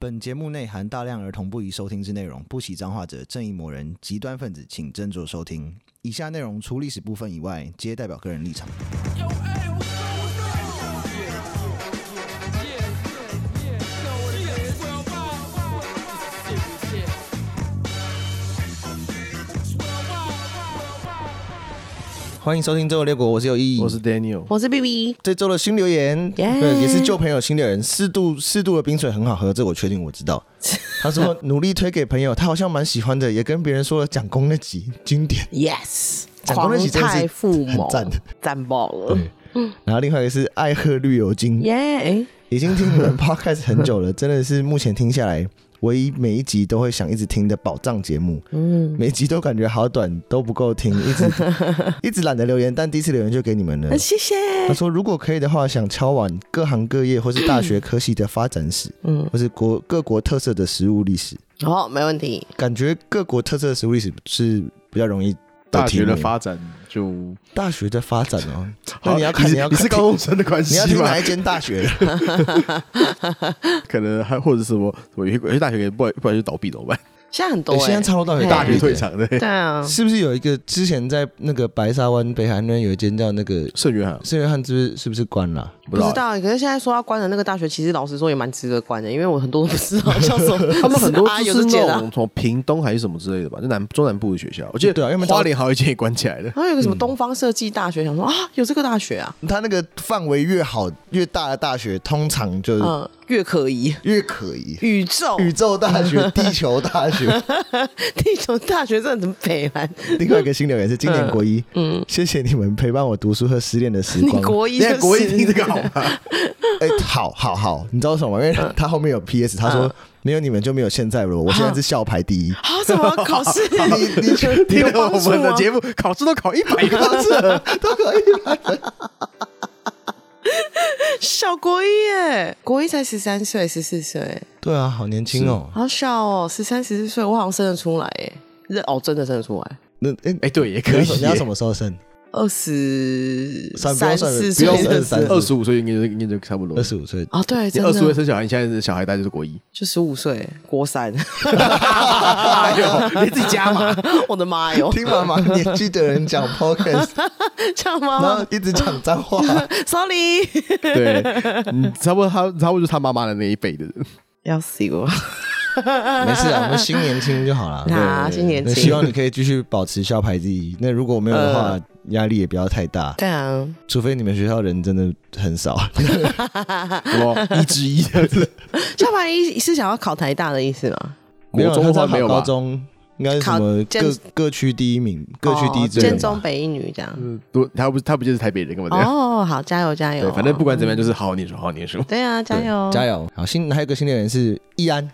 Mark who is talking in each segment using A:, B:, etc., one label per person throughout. A: 本节目内含大量儿童不宜收听之内容，不喜脏话者、正义魔人、极端分子，请斟酌收听。以下内容除历史部分以外，皆代表个人立场。欢迎收听《周游列国》，我是有意义，
B: 我是 Daniel，
C: 我是 B B，
A: 这周的新留言，
C: 耶
A: 对，也是旧朋友新留言。四度四度的冰水很好喝，这我确定我知道。他说努力推给朋友，他好像蛮喜欢的，也跟别人说了蒋公那集经典，
C: ，Yes，
A: 讲过那
C: 狂
A: 集真的是
C: 太父母
A: 很赞，
C: 赞爆了，
A: 然后另外一个是爱喝绿油精，
C: 耶！哎
A: 已经听你们 podcast 很久了，真的是目前听下来唯一每一集都会想一直听的宝藏节目。嗯，每集都感觉好短，都不够听，一直一直懒得留言，但第一次留言就给你 们了。
C: 谢谢，
A: 他说，如果可以的话，想敲碗各行各业或是大学科系的发展史，嗯，或是国各国特色的食物历史，
C: 好，没问题，
A: 感觉各国特色的食物历史是比较容易。
B: 大学的，发展就
A: 大学的发展哦，那
B: 好
A: 你要看，
B: 是
A: 你要
B: 你是
A: 看
B: 高中生的关
A: 你要
B: 系
A: 听
B: 吧
A: 哪？一间大学的？
B: 可能还或者是什么，我有些有些大学不然不然就倒闭怎么办？
C: 现在很多
A: 对，
C: 哎，
A: 现在超多大学
C: 对
B: 大
A: 毕
B: 学
A: 业
B: 退
A: 的
B: 场的
C: 对啊，
A: 是不是有一个之前在那个白沙湾北海那边有一间叫那个
B: 圣约翰
A: 圣约翰，是不是是不是关了？
B: 不
C: 不知
B: 知道，
C: 道，可是现在说要关的那个大学，其实老实说也蛮值得关的，因为我很多都不知道叫什么，
B: 他们很多
C: 啊，有
B: 就是
C: 的姐
B: 那
C: 啊，
B: 种从屏东还是什么之类的吧，就南中南部的学校，我记得
A: 对啊因为
B: 花莲好一间也关起来了。
C: 然后有个什么东方设计大学，想说啊，有这个大学啊，
A: 它那个范围越好越大的大学，通常就是
C: 嗯，越可疑，
A: 越可疑。
C: 宇宙，
A: 宇宙大 学、地球大学，
C: 地球大学真的很北蓝，
A: 另外一个新留言是今年国一，嗯，谢谢你们陪伴我读书和失恋的时
C: 你
A: 光。
C: 国一
B: 你在
C: 就是
B: 国一听这个好吗？
A: 哎、好好好，你知道为什么吗？因为他后面有 PS，他说、没有你们就没有现在了，我现在是校排第一。
C: 啊，怎么考试？
A: 你确
B: 听
C: 有
B: 了
C: 帮
B: 我
C: 助
B: 们的
C: 吗？
B: 节目，考试都考一百分，
A: 到这都可以吗？
C: 小国一耶，国一才十三岁、十四岁，
A: 对啊，好年轻哦。
C: 好小哦，十三、十四岁，我好像生得出来耶，认哦，真的生得出来，
A: 那 哎、
B: 哎，对，也可以
A: 你要什你要什
B: 耶。
A: 么时候生？
C: 二十
A: 算不用
C: 三
A: 算
C: 四
A: 不
C: 岁
A: 用
C: 的时
A: 23
C: 候
B: 二十五岁应该就应该就差不多
A: 二
B: 了。
A: 十五岁，
C: 啊，对，
B: 你
C: 真
B: 二十五岁
C: 的
B: 生小孩，你现在是小孩，大概就是国一。
C: 就十五岁，国三，
B: 哎呦，你自己加嘛。
C: 我的妈哟，
A: 听妈妈年纪的人讲 podcast，
C: 这
A: 然
C: 样
A: 后
C: 吗
A: 一直讲脏话。
C: ？Sorry，
B: 对，你差不多他差不多就是他妈妈的那一辈的人。
C: 要死我！
A: 没事啊，我们新年轻就好 了。
C: 啊，
B: 对
C: 新年
A: 那
C: 轻
A: 希，望你可以继续保持校排第一。那如果没有的话，压力也不要太大，
C: 对啊，
A: 除非你们学校人真的很少。
B: 我一之一这样子，
C: 校排一是想要考台大的意思吗？
B: 国
A: 有
B: 中
A: 他
B: 或
A: 考
B: 没有
A: 高
B: 吧？
A: 中应该是什么
C: 考
A: 各
C: 建
A: 各区第一名，各区第一
C: 哦
A: 志愿
C: 建
A: 吧
C: 中北一女这样。
B: 嗯，都他不他不就是台北人干嘛这样？
C: 哦，好，加油加油！
B: 对，反正不管怎么样，就是好好念书，好好念书。
C: 对啊，加油
A: 加油！好，新还有一个新留言是易安，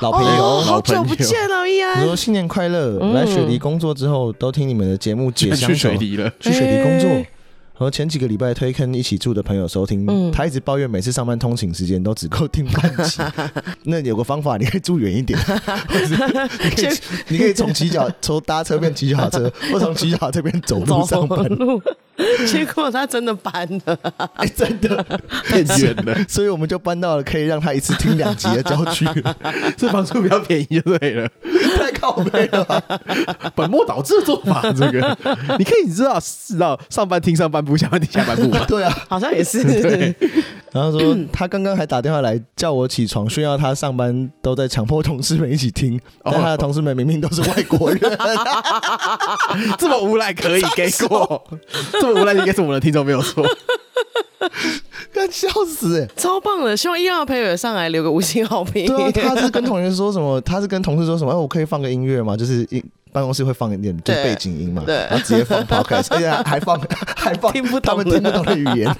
A: 老朋友。
C: 哦，嗯好
B: 老朋友
C: 久不见了，，E 易
A: 你
C: 安。
A: 说新年快乐！来雪梨工作之后，都听你们的节目 解乡
B: 去
A: 愁
B: 水，泥了，
A: 去雪梨工作
C: 哎。
A: 和前几个礼拜推坑一起住的朋友收听，
C: 嗯
A: 他一直抱怨每次上班通勤时间都只够听半 集。那有个方法，你可以住远一点，或是你可以你可以从骑脚从搭车变骑脚踏车，或从骑脚踏车变走路上班。
C: 路， 结果他真的搬了，
A: 哎，真的，
B: 变远了，
A: 所以我们就搬到了可以让他一次听两集的郊区 了，
B: 这房租比较便宜就对了。
A: 太靠背了吧。
B: 本末倒置的做法，这个你可以知道知道上班听上半部，下班听下半部嘛。
A: 对啊，
C: 好像也 是。
A: 然后说他刚刚还打电话来叫我起床，炫耀他上班都在强迫同事们一起听，
C: 哦
A: 但他的同事们明明都是外国人。
B: 这么无赖可以给过，这么无赖应该是我们的听众没有错。
A: 干笑死、欸！
C: 超棒的，希望 E 一二朋友也上来留个五星好评。
A: 对啊，他是跟同学说什么？他是跟同事说什么？哎，我可以放个音乐吗？就是一办公室会放一点就是
C: 对
A: 背景音嘛，
C: 对
A: 然后直接 放 podcast，而且还还放还放
C: 听不懂的
A: 他们听不懂的语言。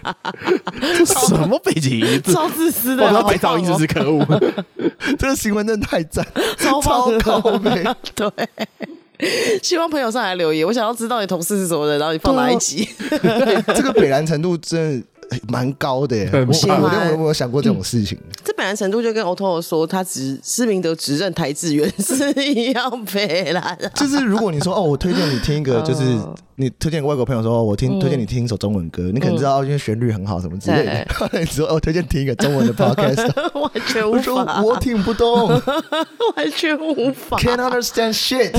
B: 什么背景音？
C: 超自私的，
B: 我
C: 好
B: 要
C: 棒
B: 被噪音是不是
C: 哦
B: 可恶？
A: 这个行为真的太赞，
C: 超棒的
A: 超高倍。
C: 对，希望朋
A: 啊
C: 友上来留言，我想要知道你同事是什么人，然后你放哪一集。
A: 这个北兰程度真的哎蛮高的耶，我
B: 很
A: 我
B: 棒
A: 我都没有我有想过这
C: 嗯
A: 种事情。
C: 这本来程度就跟 Otto 说他只施明德只认台志远是一样北啦。
A: 就是如果你说哦，我推荐你听一个，
C: 哦
A: 就是你推荐个外国朋友说，哦我
C: 嗯
A: 听推荐你听一首中文歌，你可能知道因为旋律很好什么之类的， 你说哦，推荐听一个中 文的 podcast，
C: 完全无
A: 我说
C: 法，
A: 我听不懂
C: 完全无法，
A: ，can't understand shit。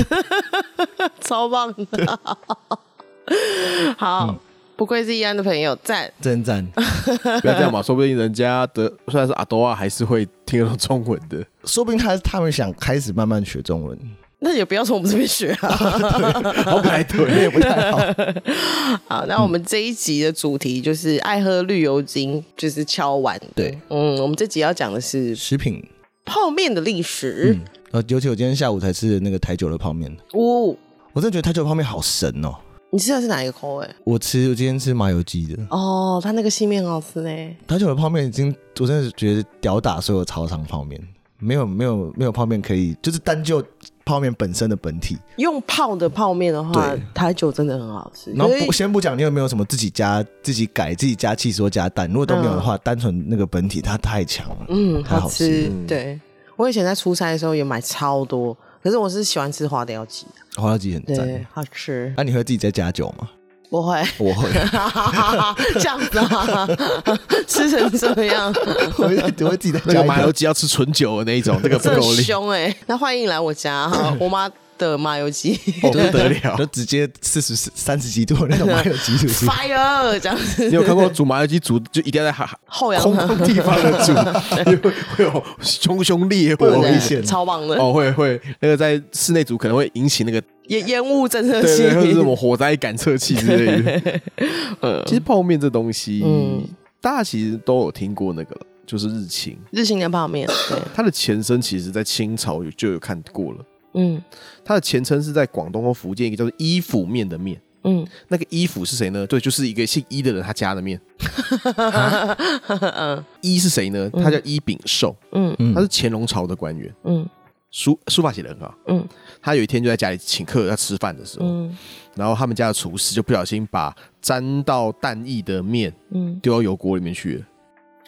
C: 超棒的。好，
A: 嗯
C: 不愧是易安的朋友，赞。
A: 真赞，
B: 不要这样嘛，说不定人家的虽然是阿多啊，还是会听得懂中文的。
A: 说不定他他们想开始慢慢学中文，
C: 那也不要从我们这边学啊。
B: 好排
A: 那
B: 队
A: 也，不太 好。
C: 好，那我们这一集的主题就是爱喝绿油精，就是敲碗。
A: 对，
C: 嗯，我们这集要讲的是
A: 食品，
C: 泡面的历史。
A: 嗯，呃，尤其我今天下午才吃的那个台酒的泡面，
C: 呜、
A: 我真的觉得台酒的泡面好神哦。
C: 哦你吃的是哪一个口味？
A: 我吃，我今天吃麻油鸡的
C: 哦，它那个细面很好吃呢。
A: 台酒的泡面，已经我真的觉得吊打所有超商泡面，没有没有没有泡面可以，就是单就泡面本身的本体。
C: 用泡的泡面的话
A: 对，台
C: 台酒真的很好吃。
A: 然后
C: 所以
A: 不先不讲你有没有什么自己加、自己改、自己加气缩加蛋，如果都没有的话，单纯那个本体它太强了。
C: 嗯，
A: 太好
C: 好吃。对，我以前在出差的时候也买超多，可是我是喜欢吃花雕鸡，
A: 花椒鸡很赞啊
C: 对。，好吃。
A: 那、你会自己再加酒吗？
C: 不会
A: 我会。
C: 这样子啊，吃成这 样，
A: 我会我会自己再
B: 那
A: 加
B: 个
A: 一
B: 麻油
A: 个。
B: 鸡要吃纯酒的那一种，这个不
C: 这很
B: 够力，
C: 凶哎、那欢迎来我家， 我妈的麻油鸡。
B: 哦不得了
A: 就。直接四十三十几度的那种麻油鸡，是不是？
C: Fire 这样
B: 你
C: 子，
B: 有看过煮麻油鸡煮就一定要在海
C: 后阳
B: 空旷地方的煮，因为会会有熊熊烈火
A: 会有危
B: 危
A: 险
B: 险。
A: 的
C: 超棒的，
B: 哦，会会，那个在室内煮可能会引起那个
C: 也烟雾侦测
B: 对
C: 器
B: 对，或者是什么火灾感测器之类的。其实泡面这东西，
C: 嗯
B: 大家其实都有听过那个了，就是日清，
C: 日清的泡面，对，
B: 它的前身其实在清朝有就有看过了。
C: 嗯
B: 它的前身是在广东和福建一个叫做伊府面的面，
C: 嗯，
B: 那个伊府是谁呢？对，就是一个姓伊的人他家的面。伊是谁呢？他叫伊秉寿，
C: 嗯
B: 他是乾隆朝的官员，
C: 嗯
B: 书书法写得很好。
C: 嗯
B: 他有一天就在家里请客要吃饭的时候，
C: 嗯
B: 然后他们家的厨师就不小心把沾到蛋液的面
C: 嗯，
B: 丢到油锅里面去了，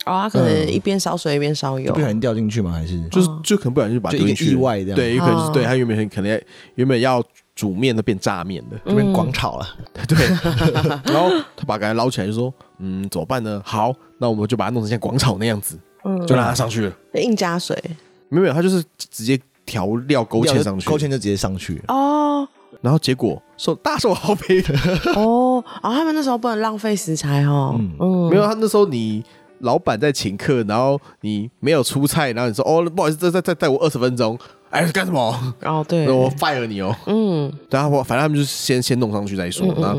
C: 哦，他可能
B: 嗯
C: 一边烧水一边烧油
A: 不，小心掉进去吗？还是
B: 就是
C: 哦
B: 就可能不小心就把它
A: 就
B: 丢
A: 一
B: 进
A: 个
B: 去
A: 意
B: 了，
A: 外这样？
B: 对，有可能就是
C: 哦
B: 对他原本可能要原本要煮面的变炸面的，
A: 这边广炒了，
B: 对， 然后他把杆捞起来就说，嗯，怎么办呢？好，那我们就把它弄成像广草那样子，
C: 嗯
B: 就让它上去了。
C: 硬加水
B: 没有没有，他就是直接调料嗯勾
A: 料
B: 芡
A: 就
B: 上去，
A: 勾芡就直接上去了。
C: 哦
B: 然后结果受大受好 评。
C: 哦，啊，他们那时候不能浪费食材哦，嗯
B: 没有，他那时候你老板在请客，然后你没有出菜，然后你说哦，不好意思，再再再带我二十分钟，哎，干什么？
C: 哦对
B: 那，我 fire 你哦。
C: 嗯
B: 然后反正他们就是先先弄上去再说，那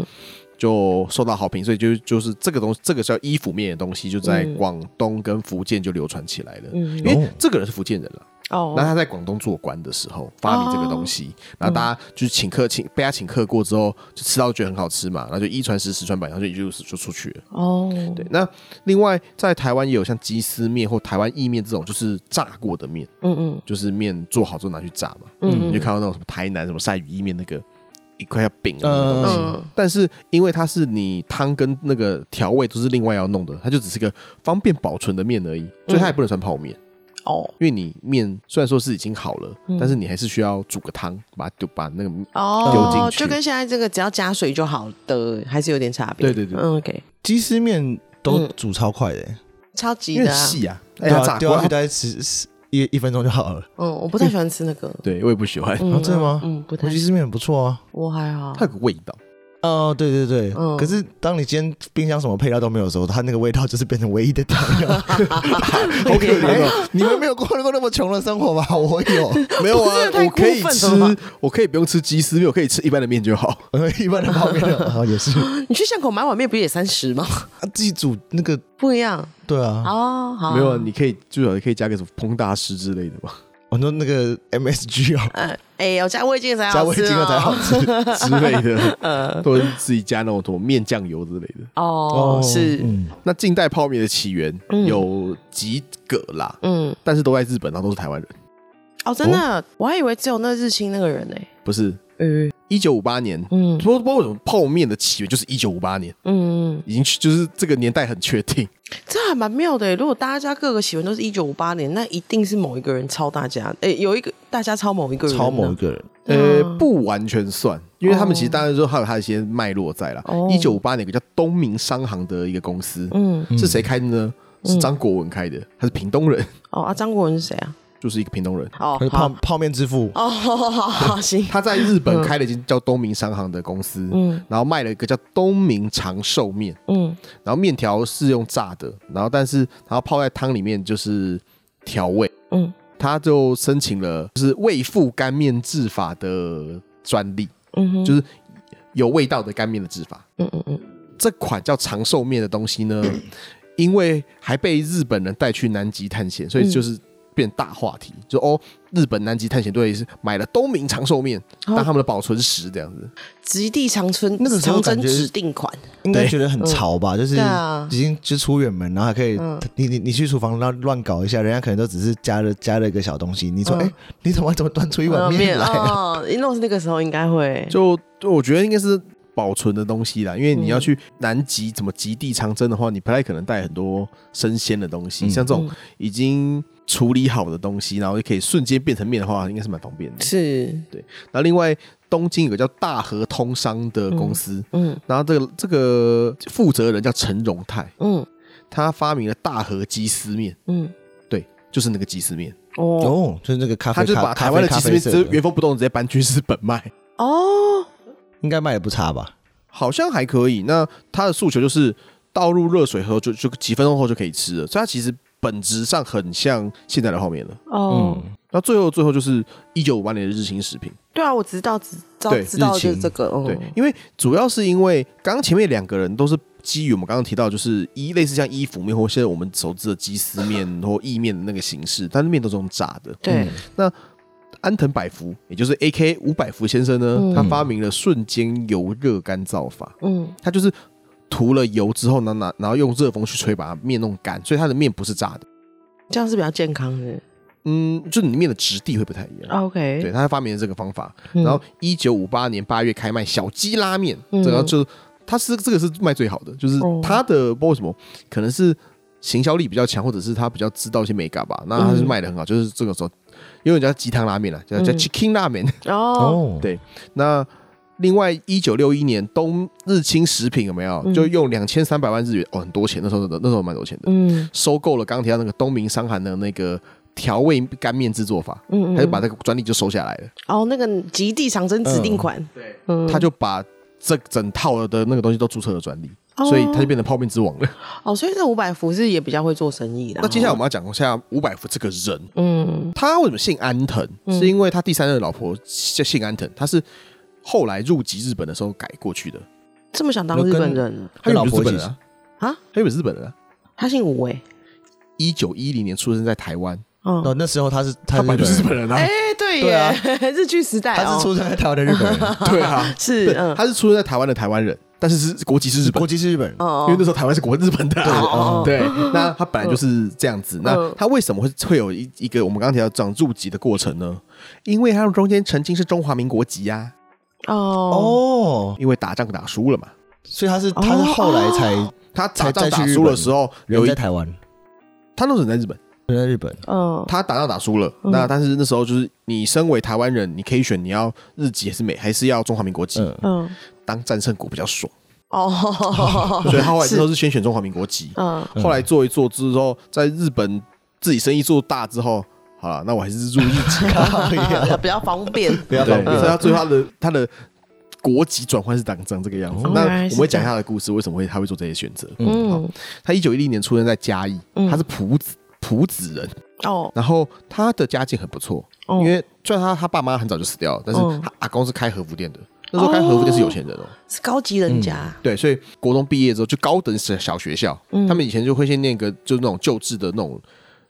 B: 就受到好评，所以就就是这个东西，这个叫衣服面的东西，就在广东跟福建就流传起来了。因为这个人是福建人了，那
C: 哦，
B: 他在广东做官的时候发明这个东西，然后大家就是请客请被他请客过之后，就吃到觉得很好吃嘛，然后就一传十，十传百，然后就一就是就出去了。
C: 哦，
B: 对，那另外在台湾也有像鸡丝面或台湾意面这种，就是炸过的面，
C: 嗯嗯
B: 就是面做好之后拿去炸嘛。
C: 嗯
B: 你就看到那种什么台南什么鳝鱼意面那个一块要饼的那
A: 嗯
B: 个东西。
C: 嗯
B: 但是因为它是你汤跟那个调味都是另外要弄的，它就只是个方便保存的面而
C: 嗯
B: 已，所以它也不能算泡面。
C: 哦
B: 因为你面虽然说是已经好了，
C: 嗯
B: 但是你还是需要煮个汤，把它丢把那个
C: 哦，就跟现在这个只要加水就好的，还是有点差别，嗯 OK，
A: 鸡丝面都
C: 嗯
A: 煮超快的、欸，
C: 超级
B: 因为
C: 的
B: 很，细啊，
A: 对
B: 哎、它
A: 啊
B: 炸
A: 丢
B: 过
A: 下去
B: 它，
A: 大概十十一一分钟就好了。
C: 嗯，我不太喜欢吃那个，
B: 对我也不喜欢，
A: 啊，哎真的吗？
C: 嗯，不
A: 我
C: 太
A: 鸡，丝面很不错啊。
C: 我还好
B: 它，有个味道。
A: 哦，对对对，
C: 嗯
A: 可是当你今天冰箱什么配料都没有的时候，它那个味道就是变成唯一的调料，好可怜哦！你们没有过过那么穷的生活吧？ 我有，
B: 没有啊
C: 不是，太
B: 我可以
C: 过
B: 吃
C: 分了吧，
B: 我可以不用吃鸡丝面，我可以吃一般的面就好。
A: 我一般的泡面啊也是啊
C: 你去巷口买碗面不是也三十吗？
A: 自己煮那个，
C: 不一样
A: 对啊，
C: 哦，好，
B: 没有啊，你可以最少也可以加个什么烹大师之类的吧，
A: 我说哦那个 MSG 哦，
C: 呃，哎、有加味精才
A: 加
C: 好
A: 味
C: 吃、哦，
A: 精了啊才好吃。
B: 之类
C: 呃
B: 的，或者是自己加那种什么面酱油之类的。
C: 哦，是，
A: 嗯，
B: 那近代泡面的起源有几个啦，
C: 嗯，
B: 但是都在日本，然后都是台湾人，
C: 哦，真的，我还以为只有那日清那个人呢、
B: 不是
C: 嗯，
B: 一九五八年，
C: 嗯
B: 不不为什么泡面的起源就是一九五八年，
C: 嗯，
B: 已经就是这个年代很确定。
C: 这还蛮妙的耶。如果大家各个喜欢都是一九五八年，那一定是某一个人抄大家。哎，有一个大家抄某一个人啊，
A: 超某一个人，
B: 呃
C: 嗯，
B: 不完全算，因为他们
C: 哦
B: 其实当然说还有他一些脉络在啦
C: 哦。
B: 一九五八年有个叫东明商行的一个公司，
C: 嗯，
B: 是谁开的呢？是张国文开的，他是屏东人，
C: 哦啊，张国文是谁啊？
B: 就是一个屏东人。
C: 哦
A: 他是，泡
C: 好，
A: 泡面之父，
C: 哦，好好好好，行，
B: 他在日本开了一间叫东明商行的公司，
C: 嗯
B: 然后卖了一个叫东明长寿面，
C: 嗯
B: 然后面条是用炸的，然后但是然后泡在汤里面就是调味。
C: 嗯
B: 他就申请了就是味付干面制法的专利，
C: 嗯哼，
B: 就是有味道的干面的制法。
C: 嗯嗯嗯，
B: 这款叫长寿面的东西呢，因为还被日本人带去南极探险，所以就是变大话题，就哦，日本南极探险队是买了东明长寿面当他们的保存食这样子。
C: 极地长春
A: 那个时候
C: 长征
A: 感觉是
C: 指定款，
A: 应该
B: 对
A: 觉得很潮吧？就是
C: 对啊
A: 已经就出远门，然后还可以
C: 嗯，
A: 你你你去厨房乱乱搞一下，人家可能都只是加了加了一个小东西。你说，
C: 嗯
A: 哎，你怎么怎么端出一碗面来啊？
C: 哦，因为我是那个时候应该会，
B: 就就我觉得应该是保存的东西啦，因为你要去南极怎么极地长征的话，你不太可能带很多生鲜的东西，
A: 嗯
B: 像这种已经处理好的东西，然后就可以瞬间变成面的话，应该是蛮方便的。
C: 是，
B: 然后另外，东京有个叫大和通商的公司，
C: 嗯
B: 然后这个这个负责人叫陈荣泰，
C: 嗯
B: 他发明了大和鸡丝面，
C: 嗯，
B: 对，就是那个鸡丝面，
C: 哦
A: 哦，就是那个咖
B: 他
A: 啡
B: 就
A: 咖，
B: 把台
A: 咖
B: 湾
A: 啡咖
B: 的鸡丝
A: 啡
B: 面
A: 色
B: 直
A: 的
B: 接原封不动直接搬去日本卖。
C: 哦，
A: 应该卖的不差吧？
B: 好像还可以。那他的诉求就是倒入热水后就就几分钟后就可以吃了，所以它其实本质上很像现在的泡面了。
C: 哦，
A: 嗯，
B: 那最后最后就是一九五八年的日清食品，
C: 对啊，我知道，知道
B: 对
C: 知道
A: 日
C: 就是
A: 清
C: 这个，嗯
B: 对，因为主要是因为刚刚前面两个人都是基于我们刚刚提到，就是一类似像衣服面或现在我们熟知的鸡丝面或意面的那个形式，但是面都是用炸的。
C: 对，
B: 安藤百福，也就是 A K 五百福先生呢，
C: 嗯
B: 他发明了瞬间油热干燥法。
C: 嗯
B: 它就是涂了油之后呢，拿然后用热风去吹，把面弄干，所以它的面不是炸的。
C: 这样是比较健康的。
B: 嗯，就是你面的质地会不太一样。
C: OK，
B: 对，他发明了这个方法，
C: 哦嗯
B: 然后一九五八年八月开卖小鸡拉面，
C: 嗯
B: 这个就它是这个是卖最好的，就是
C: 哦
B: 它的不知道为什么，可能是行销力比较强，或者是他比较知道一些美感吧，那它是
C: 嗯
B: 卖的很好，就是这个时候，因为人家鸡汤拉面啊，叫叫
C: 嗯
B: chicken 拉面，
C: 哦，
A: 哦，
B: 对那另外，一九六一年东日清食品有没有、
C: 嗯
B: 就用两千三百万日元哦，很多钱，那时候那时候蛮多钱的，
C: 嗯
B: 收购了刚提到那个东明商行的那个调味干面制作法，
C: 嗯，嗯
B: 他就把那个专利就收下来了，
C: 哦那个极地长征指定款，
B: 对，
C: 嗯，
B: 他就把这整套的那个东西都注册了专利，
C: 哦
B: 所以他就变成泡面之王了。
C: 哦，所以这五百福是也比较会做生意的。
B: 那接下来我们要讲一下伍百福这个人，
C: 嗯
B: 他为什么姓安藤？
C: 嗯
B: 是因为他第三任老婆叫姓安藤，他是后来入籍日本的时候改过去的，
C: 这么想当日本人
B: 他
A: 跟
B: 原
A: 老
B: 本就
A: 婆
B: 是日本
A: 一起
B: 人啊，
C: 啊？
B: 他原本是日本人啊。
C: 他姓吴哎，
B: 一九一零年出生在台湾，
A: 哦
C: 嗯，，
A: 那时候他是他
B: 他
A: 是
B: 本来就是日
A: 人，
B: 本人啊，
C: 哎对
A: 对啊
C: 耶，日剧时代
A: 他是
C: 哦，
A: 出生在台湾的日 本人，
B: 对啊，
C: 哎是
B: 对，
C: 嗯
B: 他是出生在台湾的台湾人，但是是国籍是日本
A: 国，籍是日本人，
C: 哦
B: 因为那时候台湾是国日本的
A: 对
B: 啊，
A: 哦
B: 对，那他本来就是这样子，那
C: 嗯
B: 他为什么会会有一一个我们刚刚提到长入籍的过程呢？因为他们中间曾经是中华民国籍呀，嗯
C: 哦
A: 哦，
B: 因为打仗打输了嘛，
A: 所以他是他是后来才
B: 他打
A: 才
B: 仗打
A: 去日
B: 输
A: 本
B: 的时候有
A: 人
B: 一
A: 在台湾，
B: 他那时候人在日本，
A: 人在日本，
C: 哦嗯
B: 他打仗打输了，那但是那时候就是你身为台湾人，你可以选你要日籍还是美还是要中华民国籍，
A: 嗯，。
C: 嗯
B: 当战胜国比较爽。
C: 哦，
B: 所以他后来那时候是先选中华民国籍，
C: 嗯
B: 后来做一做之后，在日本自己生意做大之后，好了，那我还是入日籍啊
A: 靠呀
C: 比较方便，
A: 不要
B: 对，
A: 方
B: 所以
C: 嗯
A: 便，
B: 他最后他的他的国籍转换是当成这个样子
A: 哦。
B: 那
C: 原来
B: 我
C: 是
B: 们会讲
C: 这样
B: 他的故事，为什么会他会做这些选择？
C: 嗯
B: 他一九一零年出生在嘉义，
C: 嗯
B: 他是埔子埔子人，
C: 哦
B: 然后他的家境很不错，
C: 哦
B: 因为虽然他他爸妈很早就死掉了，但是
C: 嗯
B: 他阿公是开和服店的，那时候开和服店是有钱人哦。
C: 是高级人家，
B: 对，所以国中毕业之后就高等小小学校，
C: 嗯
B: 他们以前就会先念一个就那种旧制的那种